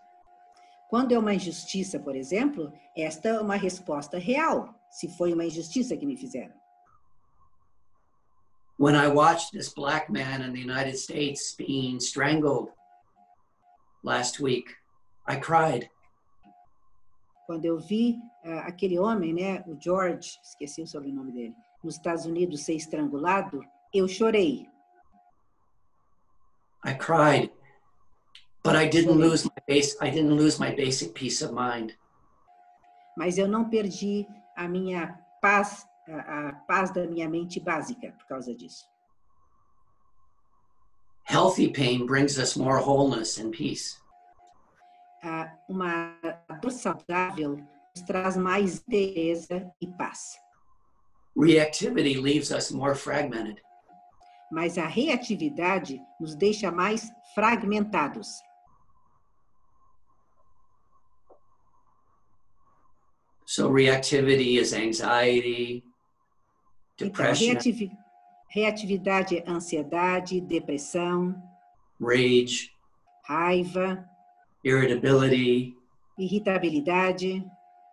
[SPEAKER 2] Quando é uma injustiça, por exemplo, esta é uma resposta real, se foi uma injustiça que me fizeram.
[SPEAKER 1] When I watched this black man in the United States being strangled last week, I cried.
[SPEAKER 2] Quando eu vi ah, aquele homem, né, o George, esqueci o sobrenome dele, nos Estados Unidos ser estrangulado, eu chorei.
[SPEAKER 1] I cried. But I didn't lose my base I didn't lose my basic peace of mind.
[SPEAKER 2] Mas eu não perdi a minha paz, a, a paz da minha mente básica por causa disso.
[SPEAKER 1] Healthy pain brings us more wholeness and peace.
[SPEAKER 2] Ah, uma dor saudável nos traz mais inteireza e paz.
[SPEAKER 1] Reactivity leaves us more fragmented.
[SPEAKER 2] mas a reatividade nos deixa mais fragmentados.
[SPEAKER 1] So reactivity is anxiety,
[SPEAKER 2] Então,
[SPEAKER 1] depression,
[SPEAKER 2] reativi- reatividade é ansiedade, depressão,
[SPEAKER 1] rage,
[SPEAKER 2] raiva,
[SPEAKER 1] irritability,
[SPEAKER 2] irritabilidade,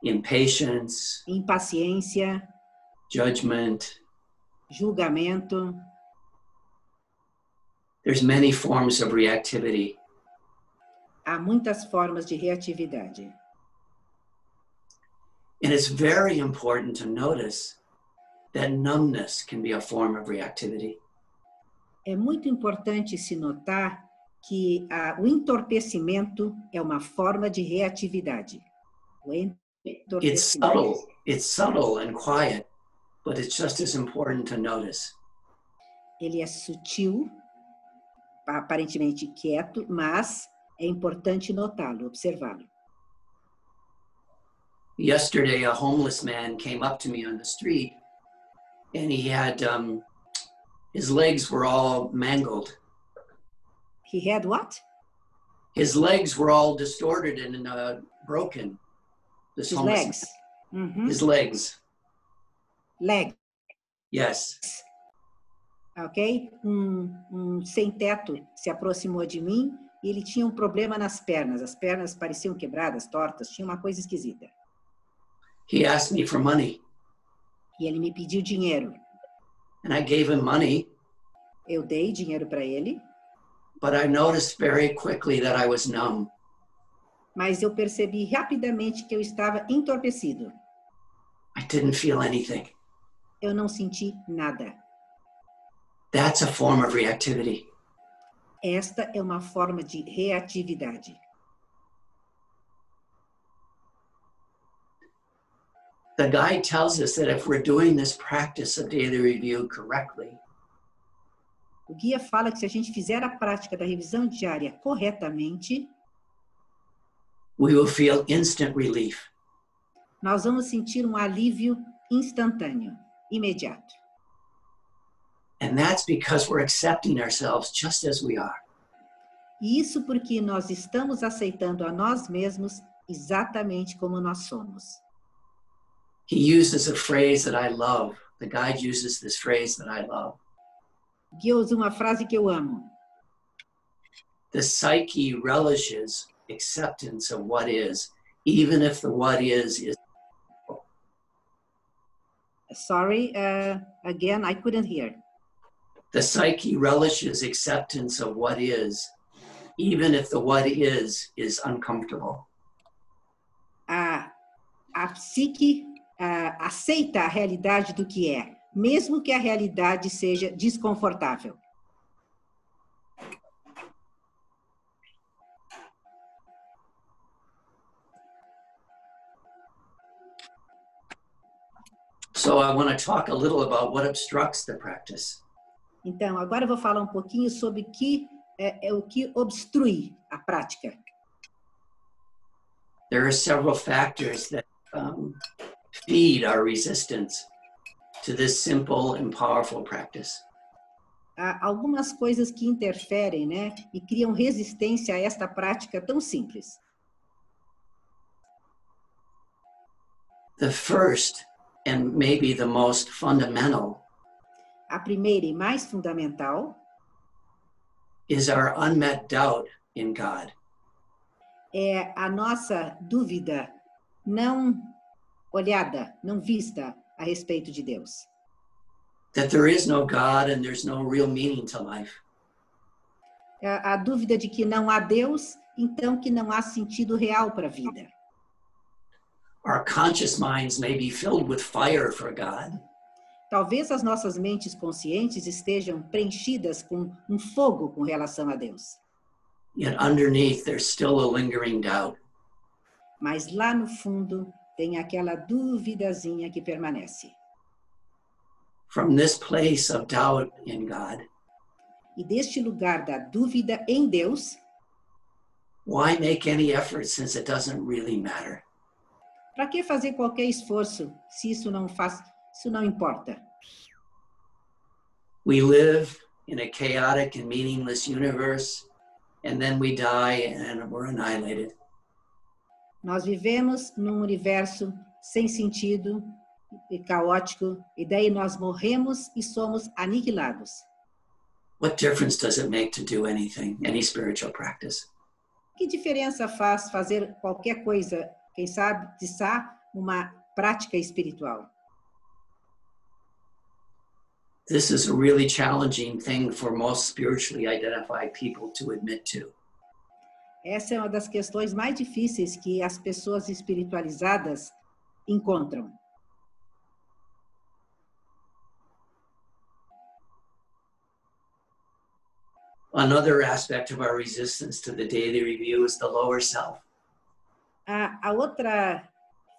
[SPEAKER 1] impatience,
[SPEAKER 2] impaciência,
[SPEAKER 1] judgment.
[SPEAKER 2] julgamento.
[SPEAKER 1] There's many forms of reactivity.
[SPEAKER 2] Há muitas formas de reatividade.
[SPEAKER 1] And it's very important to notice that numbness can be a form of reactivity.
[SPEAKER 2] É muito importante se notar que ah, o entorpecimento é uma forma de reatividade. O
[SPEAKER 1] It's
[SPEAKER 2] entorpecimento.
[SPEAKER 1] subtle, it's subtle and quiet, but it's just as important to notice.
[SPEAKER 2] ele é sutil, aparentemente quieto, mas é importante notá-lo, observá-lo.
[SPEAKER 1] yesterday a homeless man came up to me on the street and he had um, his legs were all mangled
[SPEAKER 2] He had what?
[SPEAKER 1] his legs were all distorted and uh, broken this
[SPEAKER 2] His
[SPEAKER 1] homeless
[SPEAKER 2] legs. Uhum.
[SPEAKER 1] his legs
[SPEAKER 2] Legs,
[SPEAKER 1] yes
[SPEAKER 2] ok? Um, um sem-teto se aproximou de mim e ele tinha um problema nas pernas. As pernas pareciam quebradas, tortas, tinha uma coisa esquisita.
[SPEAKER 1] he asked me for money
[SPEAKER 2] E ele me pediu dinheiro.
[SPEAKER 1] and i gave him money
[SPEAKER 2] Eu dei dinheiro para ele,
[SPEAKER 1] but i noticed very quickly that i was numb
[SPEAKER 2] mas eu percebi rapidamente que eu estava entorpecido.
[SPEAKER 1] i didn't feel anything
[SPEAKER 2] Eu não senti nada.
[SPEAKER 1] that's a form of reactivity
[SPEAKER 2] Esta é uma forma de reatividade.
[SPEAKER 1] the guide tells us that if we're doing this practice of daily review correctly
[SPEAKER 2] O guia fala que se a gente fizer a prática da revisão diária corretamente,
[SPEAKER 1] we will feel instant relief
[SPEAKER 2] nós vamos sentir um alívio instantâneo, imediato.
[SPEAKER 1] And that's because we're accepting ourselves just as we are.
[SPEAKER 2] E isso porque nós estamos aceitando a nós mesmos exatamente como nós somos.
[SPEAKER 1] He uses a phrase that I love. The guide uses this phrase that I love.
[SPEAKER 2] O guia usa uma frase que eu amo:
[SPEAKER 1] The psyche relishes acceptance of what is, even if the what is is.
[SPEAKER 2] Sorry, uh, again, I couldn't hear.
[SPEAKER 1] The psyche relishes acceptance of what is, even if the what is is uncomfortable.
[SPEAKER 2] A, a psique ah, aceita a realidade do que é, mesmo que a realidade seja desconfortável.
[SPEAKER 1] So I want to talk a little about what obstructs the practice.
[SPEAKER 2] Então, agora eu vou falar um pouquinho sobre que, é, é o que obstrui a prática.
[SPEAKER 1] There are several factors that um, feed our resistance to this simple and powerful practice.
[SPEAKER 2] Há algumas coisas que interferem, né, e criam resistência a esta prática tão simples.
[SPEAKER 1] The first, and maybe the most fundamental,
[SPEAKER 2] A primeira e mais fundamental
[SPEAKER 1] is our unmet doubt in God.
[SPEAKER 2] é a nossa dúvida não olhada, não vista a respeito de Deus.
[SPEAKER 1] That there is no God and there's no real meaning to life.
[SPEAKER 2] É A dúvida de que não há Deus, então que não há sentido real para a vida.
[SPEAKER 1] Our conscious minds may be filled with fire for God,
[SPEAKER 2] Talvez as nossas mentes conscientes estejam preenchidas com um fogo com relação a Deus,
[SPEAKER 1] yet underneath there's still a lingering doubt.
[SPEAKER 2] mas lá no fundo tem aquela duvidazinha que permanece.
[SPEAKER 1] From this place of doubt in God,
[SPEAKER 2] E deste lugar da dúvida em Deus,
[SPEAKER 1] why make any effort since it doesn't really matter?
[SPEAKER 2] para que fazer qualquer esforço se isso não faz, isso não importa?
[SPEAKER 1] We live in a chaotic and meaningless universe, and then we die and we're annihilated.
[SPEAKER 2] Nós vivemos num universo sem sentido e caótico, e daí nós morremos e somos aniquilados.
[SPEAKER 1] What difference does it make to do anything, any spiritual practice?
[SPEAKER 2] Que diferença faz fazer qualquer coisa, quem sabe, quiçá, uma prática espiritual?
[SPEAKER 1] This is a really challenging thing for most spiritually identified people to admit to.
[SPEAKER 2] Essa é uma das questões mais difíceis que as pessoas espiritualizadas encontram.
[SPEAKER 1] Another aspect of our resistance to the daily review is the lower self.
[SPEAKER 2] A, a outra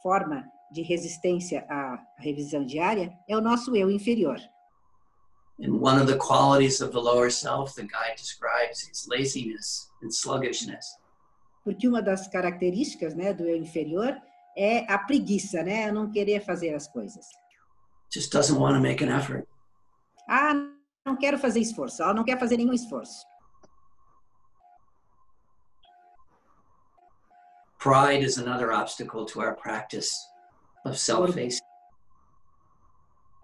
[SPEAKER 2] forma de resistência à revisão diária é o nosso eu inferior.
[SPEAKER 1] And one of the qualities of the lower self the guide describes is laziness and sluggishness.
[SPEAKER 2] porque uma das características né, do eu inferior é a preguiça, né? Eu não querer fazer as coisas.
[SPEAKER 1] Just doesn't want to make an effort.
[SPEAKER 2] Ah, não quero fazer esforço. Ah, não quero fazer nenhum esforço.
[SPEAKER 1] Pride is another obstacle to our practice of self facing.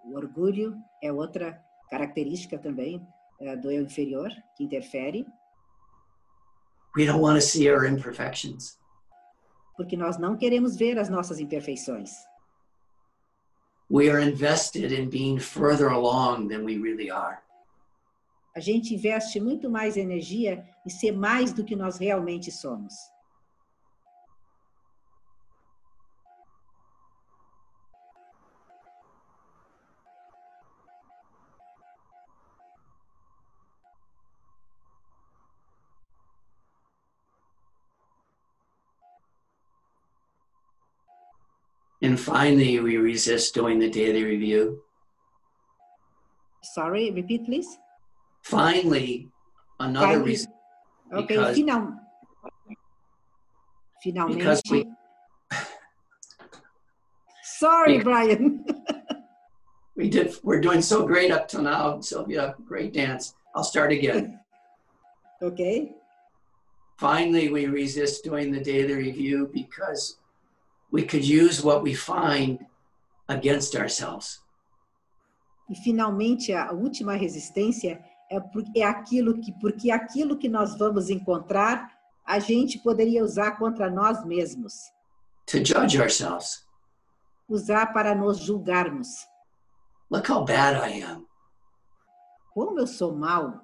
[SPEAKER 2] O orgulho é outra característica também eh, do eu inferior que interfere,
[SPEAKER 1] We don't want to see our imperfections.
[SPEAKER 2] porque nós não queremos ver as nossas imperfeições.
[SPEAKER 1] We are invested in being further along than we really are.
[SPEAKER 2] A gente investe muito mais energia em ser mais do que nós realmente somos.
[SPEAKER 1] And finally, we resist doing the daily review.
[SPEAKER 2] Sorry, repeat please.
[SPEAKER 1] Finally, another
[SPEAKER 2] Finally,
[SPEAKER 1] reason
[SPEAKER 2] Ok,
[SPEAKER 1] Because-
[SPEAKER 2] final. Finalmente.
[SPEAKER 1] Because we-
[SPEAKER 2] Sorry, Brian.
[SPEAKER 1] we did, we're doing so great up till now, Sylvia, great dance. I'll start again.
[SPEAKER 2] Ok.
[SPEAKER 1] finally, we resist doing the daily review because we could use what we find against ourselves.
[SPEAKER 2] E finalmente a última resistência é por- é aquilo que porque aquilo que nós vamos encontrar a gente poderia usar contra nós mesmos,
[SPEAKER 1] to judge ourselves.
[SPEAKER 2] usar para nos julgarmos.
[SPEAKER 1] Look how bad I am.
[SPEAKER 2] Como eu sou mal,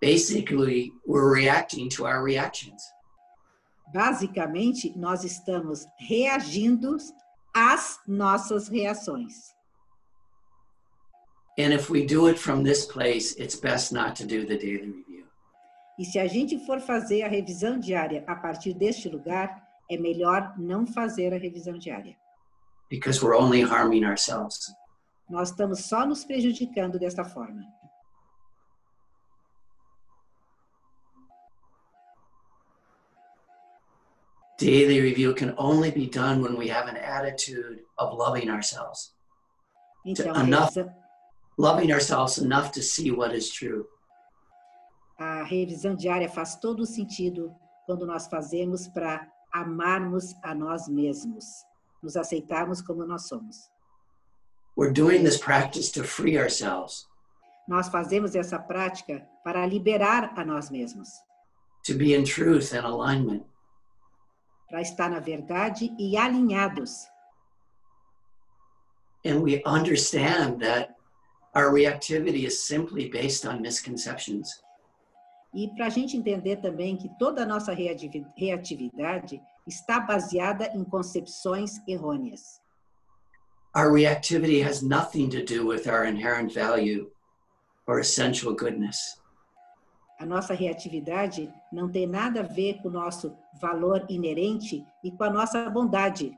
[SPEAKER 1] Basically, we're reacting to our reactions.
[SPEAKER 2] basicamente nós estamos reagindo às nossas reações.
[SPEAKER 1] And if we do it from this place, it's best not to do the daily review.
[SPEAKER 2] E se a gente for fazer a revisão diária a partir deste lugar, é melhor não fazer a revisão diária.
[SPEAKER 1] because we're only harming ourselves.
[SPEAKER 2] Nós estamos só nos prejudicando desta forma.
[SPEAKER 1] Daily review can only be done when we have an attitude of loving ourselves,
[SPEAKER 2] Então, a
[SPEAKER 1] Enough.
[SPEAKER 2] revisão,
[SPEAKER 1] loving ourselves enough to see what is true.
[SPEAKER 2] a revisão diária faz todo o sentido quando nós fazemos para amarmos a nós mesmos, nos aceitarmos como nós somos.
[SPEAKER 1] We're doing this practice to free ourselves,
[SPEAKER 2] Nós fazemos essa prática para liberar a nós mesmos,
[SPEAKER 1] to be in truth and alignment.
[SPEAKER 2] para estar na verdade e alinhados.
[SPEAKER 1] And we understand that our reactivity is simply based on misconceptions.
[SPEAKER 2] E para a gente entender também que toda a nossa reativi- reatividade está baseada em concepções errôneas.
[SPEAKER 1] Our reactivity has nothing to do with our inherent value or essential goodness.
[SPEAKER 2] A nossa reatividade não tem nada a ver com o nosso valor inerente e com a nossa bondade.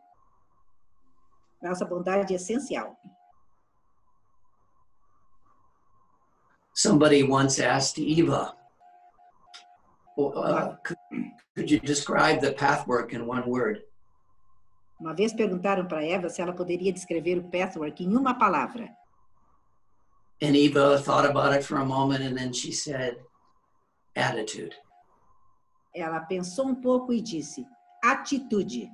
[SPEAKER 2] Nossa bondade é essencial.
[SPEAKER 1] Somebody once asked Eva, "Well, uh, could, could you describe the pathwork in one word?
[SPEAKER 2] Uma vez perguntaram para Eva se ela poderia descrever o pathwork em uma palavra.
[SPEAKER 1] And Eva thought about it for a moment and then she said, attitude.
[SPEAKER 2] Ela pensou um pouco e disse: atitude.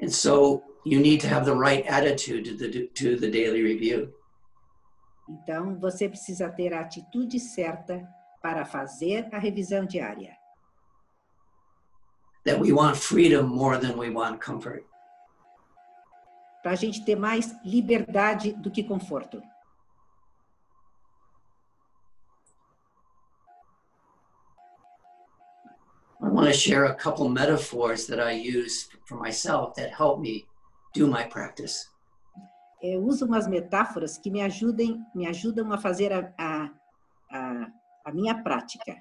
[SPEAKER 1] And so you need to have the right attitude to the, to the daily review.
[SPEAKER 2] Então, você precisa ter a atitude certa para fazer a revisão diária.
[SPEAKER 1] That we want freedom more than we want comfort.
[SPEAKER 2] para a gente ter mais liberdade do que conforto.
[SPEAKER 1] I want to share a couple metaphors that I use for myself that help me do my practice.
[SPEAKER 2] Eu uso umas metáforas que me ajudem, me ajudam a fazer a, a, a, a minha prática.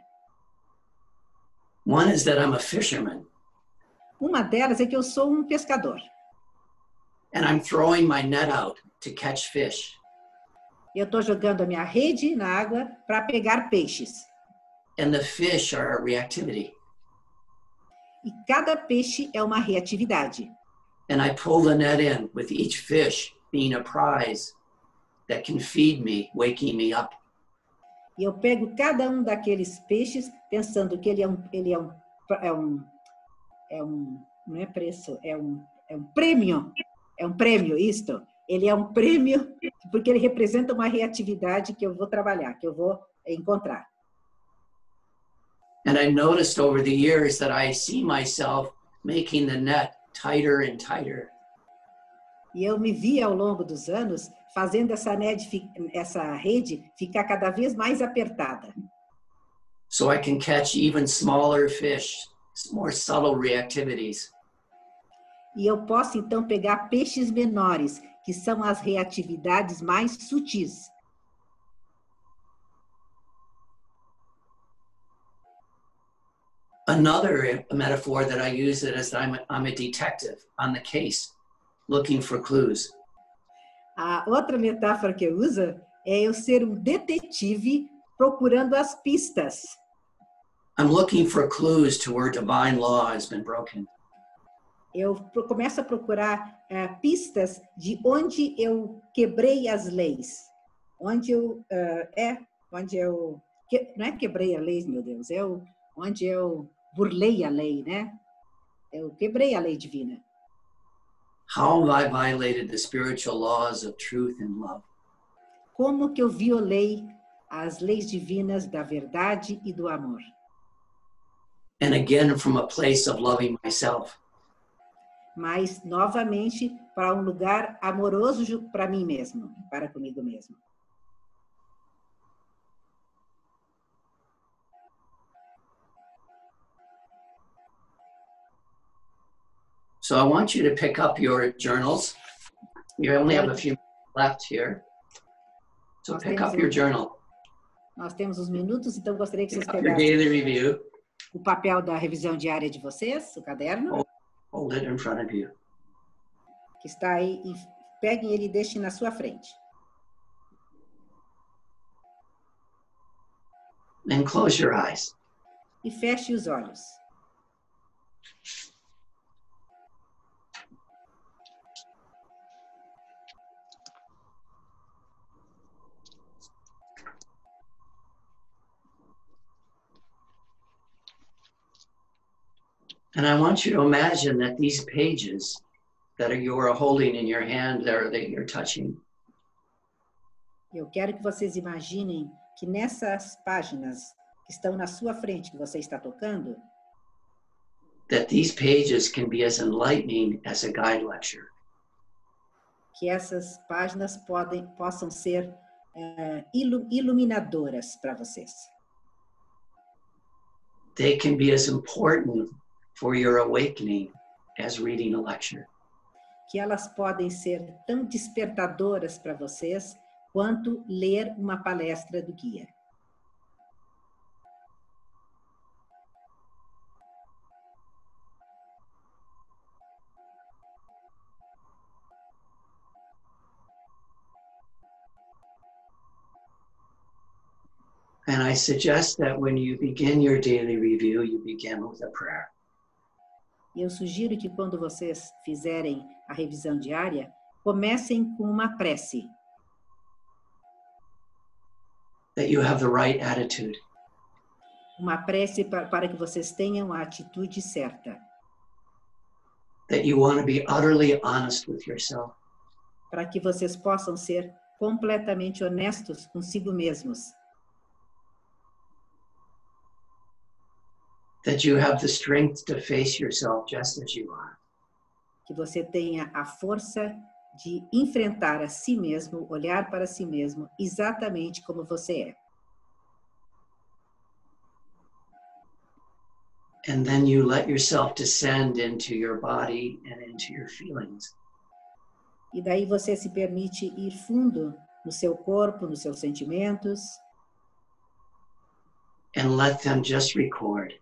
[SPEAKER 1] One is that I'm a fisherman
[SPEAKER 2] Uma delas é que eu sou um pescador.
[SPEAKER 1] and I'm throwing my net out to catch fish.
[SPEAKER 2] Eu estou jogando a minha rede na água para pegar peixes.
[SPEAKER 1] and the fish are our reactivity.
[SPEAKER 2] E cada peixe é uma reatividade.
[SPEAKER 1] And I pull the net in with each fish being a prize that can feed me, waking me up.
[SPEAKER 2] E eu pego cada um daqueles peixes pensando que ele é um, ele é um, é um, é um não é preço, é um, é um prêmio, é um prêmio isto. Ele é um prêmio porque ele representa uma reatividade que eu vou trabalhar, que eu vou encontrar.
[SPEAKER 1] And I noticed over the years that I see myself making the net tighter and tighter.
[SPEAKER 2] E eu me vi ao longo dos anos fazendo essa, net, fi- essa rede ficar cada vez mais apertada,
[SPEAKER 1] So I can catch even smaller fish, more subtle reactivities.
[SPEAKER 2] e eu posso então pegar peixes menores, que são as reatividades mais sutis.
[SPEAKER 1] Another metaphor that I use it is that I'm a, I'm a detective on the case, looking for clues.
[SPEAKER 2] A outra metáfora que eu uso é eu ser um detetive procurando as pistas.
[SPEAKER 1] I'm looking for clues to where divine law has been broken.
[SPEAKER 2] Eu pro- começo a procurar eh, pistas de onde eu quebrei as leis, onde eu eh, é, onde eu que- não é quebrei a lei, meu Deus, eu onde eu burlei a lei, né? Eu quebrei a lei divina.
[SPEAKER 1] How have I violated the spiritual laws of truth and love?
[SPEAKER 2] Como que eu violei as leis divinas da verdade e do amor?
[SPEAKER 1] And again, from a place of loving myself.
[SPEAKER 2] mas novamente para um lugar amoroso ju- para mim mesmo, para comigo mesmo.
[SPEAKER 1] So I want you to pick up your journals. You only have a few left here. So pick up your journal,
[SPEAKER 2] Nós temos uns minutos, então gostaria que
[SPEAKER 1] pick
[SPEAKER 2] vocês
[SPEAKER 1] up your
[SPEAKER 2] pegassem
[SPEAKER 1] daily review,
[SPEAKER 2] o papel da revisão diária de vocês, o caderno,
[SPEAKER 1] Hold it in front of you.
[SPEAKER 2] que está aí, e peguem ele e deixem na sua frente.
[SPEAKER 1] Then close your eyes.
[SPEAKER 2] E fechem os olhos.
[SPEAKER 1] And I want you to imagine that these pages that are, you are holding in your hand there that you're touching
[SPEAKER 2] Eu quero que vocês imaginem que nessas páginas que estão na sua frente, que você está tocando,
[SPEAKER 1] that these pages can be as enlightening as a guide lecture.
[SPEAKER 2] que essas páginas podem, possam ser eh, ilu- iluminadoras para vocês.
[SPEAKER 1] They can be as important for your awakening as reading a lecture.
[SPEAKER 2] Que elas podem ser tão despertadoras para vocês quanto ler uma palestra do guia.
[SPEAKER 1] And I suggest that when you begin your daily review, you begin with a prayer.
[SPEAKER 2] E eu sugiro que quando vocês fizerem a revisão diária, comecem com uma prece,
[SPEAKER 1] That you have the right attitude,
[SPEAKER 2] uma prece pa- para que vocês tenham a atitude certa,
[SPEAKER 1] that you want to be utterly honest with yourself,
[SPEAKER 2] para que vocês possam ser completamente honestos consigo mesmos,
[SPEAKER 1] that you have the strength to face yourself just as you are.
[SPEAKER 2] que você tenha a força de enfrentar a si mesmo, olhar para si mesmo exatamente como você é.
[SPEAKER 1] And then you let yourself descend into your body and into your feelings.
[SPEAKER 2] E daí você se permite ir fundo no seu corpo, nos seus sentimentos
[SPEAKER 1] and let them just record.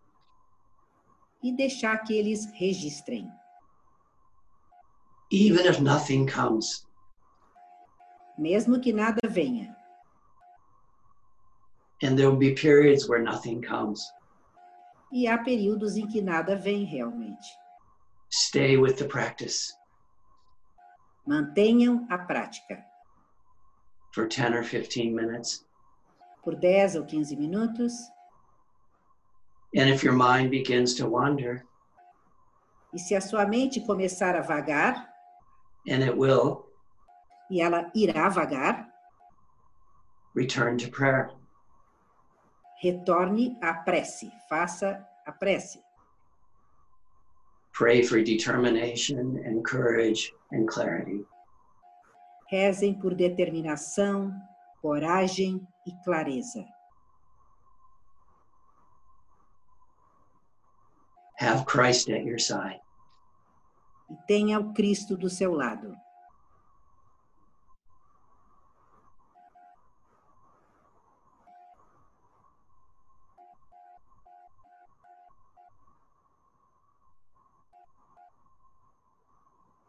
[SPEAKER 2] e deixar que eles registrem.
[SPEAKER 1] Even if nothing comes,
[SPEAKER 2] Mesmo que nada venha,
[SPEAKER 1] and there'll be periods where nothing comes,
[SPEAKER 2] e há períodos em que nada vem realmente.
[SPEAKER 1] stay with the practice
[SPEAKER 2] Mantenham a prática
[SPEAKER 1] for 10 or 15 minutes.
[SPEAKER 2] por 10 ou 15 minutos,
[SPEAKER 1] And if your mind begins to wander,
[SPEAKER 2] e se a sua mente começar a vagar,
[SPEAKER 1] and it will,
[SPEAKER 2] e ela irá vagar,
[SPEAKER 1] return to prayer.
[SPEAKER 2] retorne à prece, faça a prece.
[SPEAKER 1] Pray for determination and courage and clarity.
[SPEAKER 2] Rezem por determinação, coragem e clareza.
[SPEAKER 1] Have Christ at your side.
[SPEAKER 2] E tenha o Cristo do seu lado.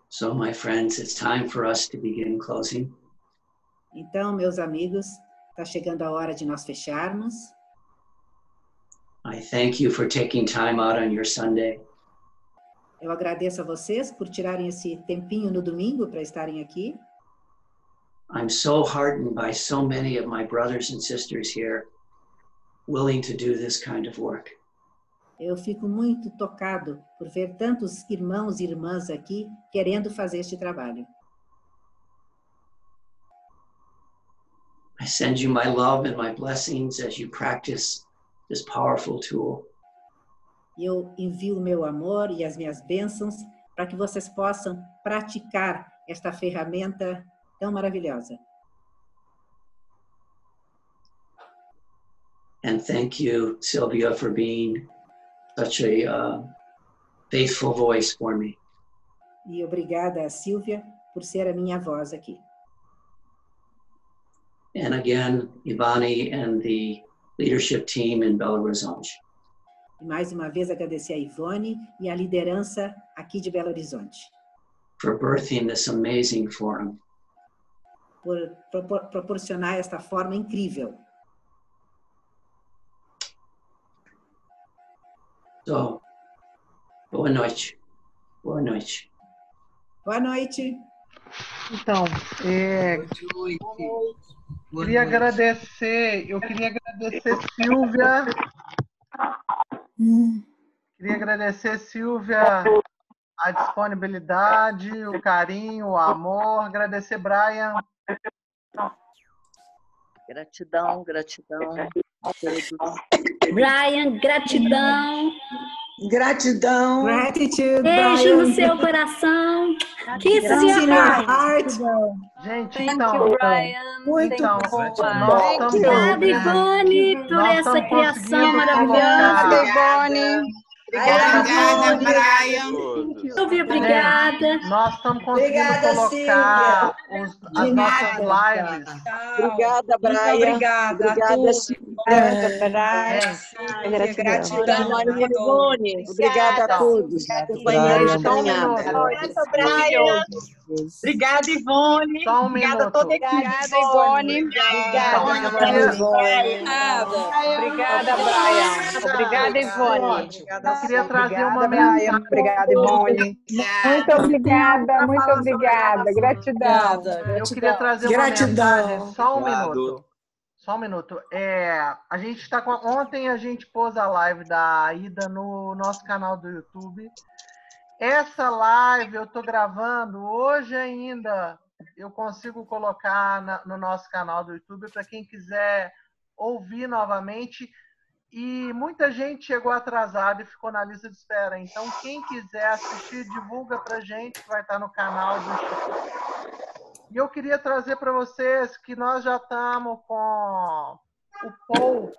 [SPEAKER 1] So, my friends, it's time for us to begin closing.
[SPEAKER 2] Então, meus amigos, está chegando a hora de nós fecharmos.
[SPEAKER 1] I thank you for taking time out on your Sunday.
[SPEAKER 2] Eu agradeço a vocês por tirarem esse tempinho no domingo para estarem aqui.
[SPEAKER 1] I'm so heartened by so many of my brothers and sisters here willing to do this kind of work.
[SPEAKER 2] Eu fico muito tocado por ver tantos irmãos e irmãs aqui querendo fazer este trabalho.
[SPEAKER 1] I send you my love and my blessings as you practice this powerful tool.
[SPEAKER 2] E eu envio o meu amor e as minhas bênçãos para que vocês possam praticar esta ferramenta tão maravilhosa.
[SPEAKER 1] And thank you, Sylvia, for being such a uh, faithful voice for me.
[SPEAKER 2] E obrigada a Silvia por ser a minha voz aqui.
[SPEAKER 1] And again, Ivani and the leadership team in Belo Horizonte.
[SPEAKER 2] E mais uma vez agradecer a Ivone e a liderança aqui de Belo Horizonte
[SPEAKER 1] for birthing this amazing forum.
[SPEAKER 2] por propor- proporcionar esta forma incrível.
[SPEAKER 1] So, boa noite. Boa noite.
[SPEAKER 2] Boa noite.
[SPEAKER 4] Então, é, queria agradecer, eu queria agradecer Silvia, queria agradecer Silvia a disponibilidade, o carinho, o amor, agradecer Brian,
[SPEAKER 5] Gratidão, gratidão. a todos.
[SPEAKER 6] Brian, gratidão.
[SPEAKER 7] Gratidão.
[SPEAKER 2] Gratitude,
[SPEAKER 6] Beijo
[SPEAKER 2] Brian.
[SPEAKER 6] no seu coração. Kiss
[SPEAKER 2] Kiss in
[SPEAKER 6] your
[SPEAKER 2] your
[SPEAKER 6] heart.
[SPEAKER 2] heart.
[SPEAKER 4] gente,
[SPEAKER 5] Thank
[SPEAKER 4] então,
[SPEAKER 5] you, Brian.
[SPEAKER 7] Muito
[SPEAKER 4] então,
[SPEAKER 5] Thank you,
[SPEAKER 4] nós
[SPEAKER 5] Boa.
[SPEAKER 4] estamos,
[SPEAKER 6] Obrigada,
[SPEAKER 5] né?
[SPEAKER 6] Ivone, por
[SPEAKER 4] Nós
[SPEAKER 6] essa
[SPEAKER 4] estamos
[SPEAKER 5] um
[SPEAKER 6] criação
[SPEAKER 4] conseguindo
[SPEAKER 6] maravilhosa.
[SPEAKER 4] colocar-
[SPEAKER 7] Ivone.
[SPEAKER 4] Obrigada,
[SPEAKER 7] Obrigada, Brian.
[SPEAKER 6] Silvia, obrigada.
[SPEAKER 4] nós estamos conseguindo
[SPEAKER 2] Obrigada,
[SPEAKER 4] colocar os- as
[SPEAKER 7] De
[SPEAKER 4] nossas
[SPEAKER 7] nada.
[SPEAKER 4] lives.
[SPEAKER 5] Obrigada, Brian.
[SPEAKER 7] obrigada a todos.
[SPEAKER 5] Silvana,
[SPEAKER 4] É,
[SPEAKER 5] Brian.
[SPEAKER 7] Gratidão,
[SPEAKER 5] Ivone, Ivone, Obrigada a todos. Companheiros
[SPEAKER 4] Só um
[SPEAKER 5] caminhada.
[SPEAKER 4] minuto.
[SPEAKER 8] Obrigada, Ivone.
[SPEAKER 4] Só um
[SPEAKER 8] Obrigada a
[SPEAKER 4] minuto. um
[SPEAKER 8] toda a equipe.
[SPEAKER 5] Obrigada, Ivone.
[SPEAKER 4] Obrigada,
[SPEAKER 5] Obrigada, Brian.
[SPEAKER 8] Obrigada, Ivone.
[SPEAKER 4] Eu queria trazer uma mensagem.
[SPEAKER 8] Obrigada, Ivone.
[SPEAKER 7] Muito
[SPEAKER 8] Obrigada, muito obrigada. Gratidão.
[SPEAKER 4] Eu queria trazer uma
[SPEAKER 7] Gratidão.
[SPEAKER 4] mensagem. Só um
[SPEAKER 9] Obrigado.
[SPEAKER 4] minuto. Só um minuto. É, a gente está com. Ontem a gente pôs a live da Ida no nosso canal do YouTube. Essa live eu estou gravando hoje ainda. Eu consigo colocar na- no nosso canal do YouTube para quem quiser ouvir novamente. E muita gente chegou atrasada e ficou na lista de espera. Então, quem quiser assistir, divulga pra gente, que vai estar no canal do e eu queria trazer para vocês que nós já estamos com o Paul,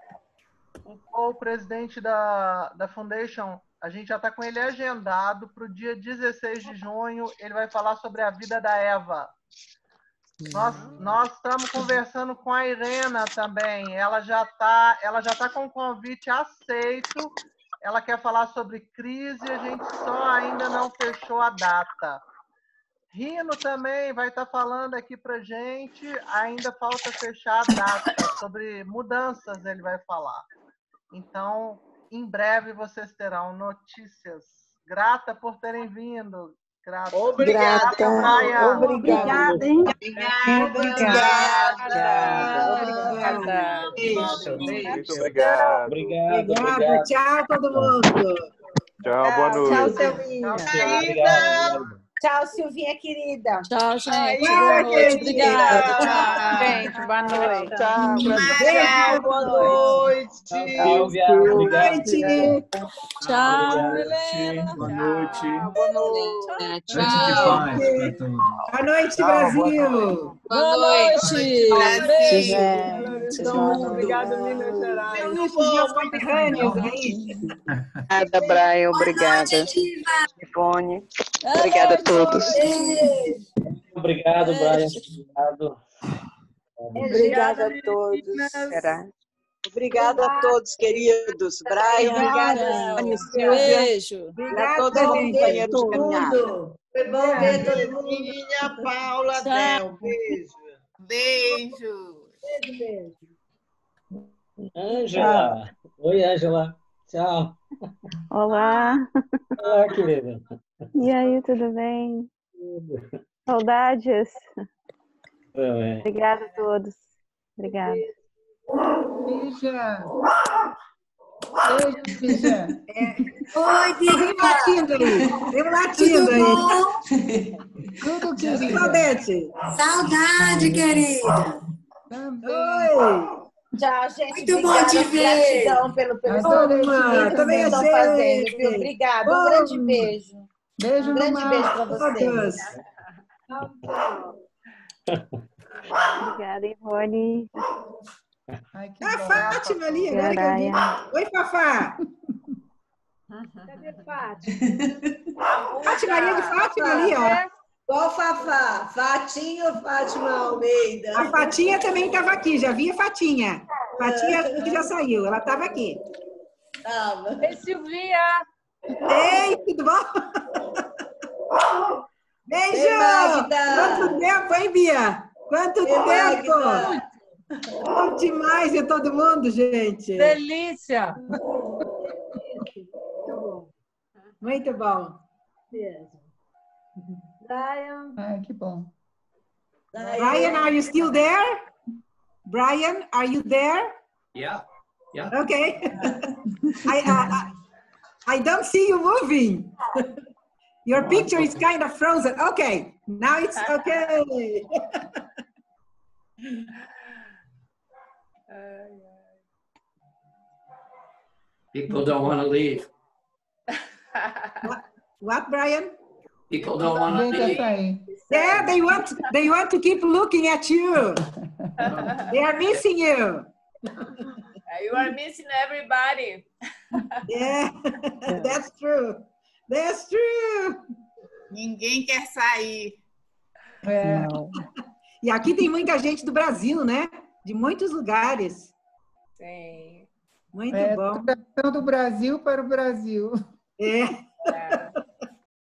[SPEAKER 4] o Paul, presidente da, da Foundation. A gente já está com ele agendado para o dia 16 de junho. Ele vai falar sobre a vida da Eva. Nós nós estamos conversando com a Irena também. Ela já está ela já tá com o convite aceito. Ela quer falar sobre crise. A gente só ainda não fechou a data. Rino também vai estar falando aqui pra gente. Ainda falta fechar a data sobre mudanças, ele vai falar. Então, em breve vocês terão notícias. Grata por terem vindo. Grata.
[SPEAKER 7] Obrigada.
[SPEAKER 4] Maia.
[SPEAKER 3] Obrigada, hein?
[SPEAKER 5] Obrigada.
[SPEAKER 9] Muito obrigado.
[SPEAKER 2] Obrigado, Tchau, todo mundo.
[SPEAKER 9] Tchau, boa
[SPEAKER 7] Tchau,
[SPEAKER 9] noite.
[SPEAKER 7] Silvinha.
[SPEAKER 10] Tchau, Silvinha querida.
[SPEAKER 5] É. Tchau, gente.
[SPEAKER 7] Boa
[SPEAKER 5] Boa
[SPEAKER 7] noite.
[SPEAKER 5] noite. Obrigada.
[SPEAKER 7] Tchau.
[SPEAKER 5] Tchau, gente. Boa noite.
[SPEAKER 7] Tchau,
[SPEAKER 2] Beijo.
[SPEAKER 7] boa noite.
[SPEAKER 2] Boa noite.
[SPEAKER 5] Tchau.
[SPEAKER 11] Boa
[SPEAKER 5] Boa
[SPEAKER 11] noite.
[SPEAKER 5] noite.
[SPEAKER 11] Noite de
[SPEAKER 2] Boa noite,
[SPEAKER 4] Tchau, boa
[SPEAKER 11] paz para todos.
[SPEAKER 2] Brasil.
[SPEAKER 5] Boa noite.
[SPEAKER 7] Beijo.
[SPEAKER 5] Gente, boa noite.
[SPEAKER 8] Obrigada, Minas Gerais.
[SPEAKER 2] Os dias conterrâneos aí.
[SPEAKER 5] Obrigada, Brian. Obrigada. Ivone. Obrigada a todos.
[SPEAKER 1] Obrigado, Brian. Obrigado.
[SPEAKER 7] Obrigada a todos.
[SPEAKER 5] Será?
[SPEAKER 7] Obrigada a todos, queridos. Brian,
[SPEAKER 5] Obrigada.
[SPEAKER 7] Anne, Silvia, e a todos os
[SPEAKER 2] Obrigada,
[SPEAKER 7] companheiros de caminhada.
[SPEAKER 2] Foi bom ver todo mundo.
[SPEAKER 8] Paula Del. Beijo. Beijo.
[SPEAKER 1] Ângela. Oi, Ângela. Tchau.
[SPEAKER 12] Olá,
[SPEAKER 1] Olá, querida.
[SPEAKER 12] e aí, tudo bem? Saudades.
[SPEAKER 1] Também.
[SPEAKER 12] Obrigada a todos. Obrigada.
[SPEAKER 6] Oi,
[SPEAKER 2] Tem um latindo aí. Tem um latindo aí.
[SPEAKER 6] bom?
[SPEAKER 2] Tudo que Claudete.
[SPEAKER 6] Saudade, querida.
[SPEAKER 2] Oi.
[SPEAKER 10] Tchau, gente.
[SPEAKER 6] Muito bom te
[SPEAKER 10] Obrigada,
[SPEAKER 6] ver.
[SPEAKER 10] Gratidão pelo pelo
[SPEAKER 2] Ô, Luma,
[SPEAKER 10] que
[SPEAKER 2] também
[SPEAKER 10] vocês estão
[SPEAKER 2] achei.
[SPEAKER 10] fazendo. viu? Obrigada. Um
[SPEAKER 2] Ô.
[SPEAKER 10] grande beijo.
[SPEAKER 4] Beijo,
[SPEAKER 10] Um grande beijo para vocês.
[SPEAKER 2] Todos.
[SPEAKER 12] Obrigada, Ivone.
[SPEAKER 2] A Fátima ali, agora que eu vi.
[SPEAKER 12] Garaia.
[SPEAKER 2] Oi, Fafá.
[SPEAKER 3] Cadê Fátima?
[SPEAKER 2] Fátima Maria de Fátima ali, ó.
[SPEAKER 7] Qual É. Fafá? Fatinho ou Fátima Almeida?
[SPEAKER 2] A é Fatinha também estava aqui, já vi a Fatinha. Fatinha acho que já saiu, ela estava aqui.
[SPEAKER 7] Tava.
[SPEAKER 13] Ei, Silvia!
[SPEAKER 2] Ei, tudo bom? Beijo!
[SPEAKER 7] Ei, Magda!
[SPEAKER 2] Quanto tempo, hein, Bia? Quanto
[SPEAKER 7] Ei,
[SPEAKER 2] tempo!
[SPEAKER 7] Magda!
[SPEAKER 2] Bom demais ver todo mundo, gente!
[SPEAKER 13] Delícia!
[SPEAKER 2] Muito bom. Muito bom.
[SPEAKER 3] Mesmo. Brian.
[SPEAKER 10] Ah, que bom.
[SPEAKER 2] Brian, are you still there? Brian, are you there?
[SPEAKER 1] Yeah. Yeah.
[SPEAKER 2] Okay. I, uh, I, I I don't see you moving. Your picture is kind of frozen. Okay, now it's okay.
[SPEAKER 1] People don't want to leave.
[SPEAKER 2] What, Brian?
[SPEAKER 1] People don't want to leave.
[SPEAKER 2] Yeah, they want they want to keep looking at you. They are missing you.
[SPEAKER 13] You are missing everybody.
[SPEAKER 2] Yeah, that's true. That's true.
[SPEAKER 8] Ninguém quer sair.
[SPEAKER 10] É,
[SPEAKER 2] E aqui tem muita gente do Brasil, né? De muitos lugares.
[SPEAKER 13] Sim.
[SPEAKER 2] Muito
[SPEAKER 10] É,
[SPEAKER 2] bom.
[SPEAKER 10] do Brasil para o Brasil.
[SPEAKER 2] É.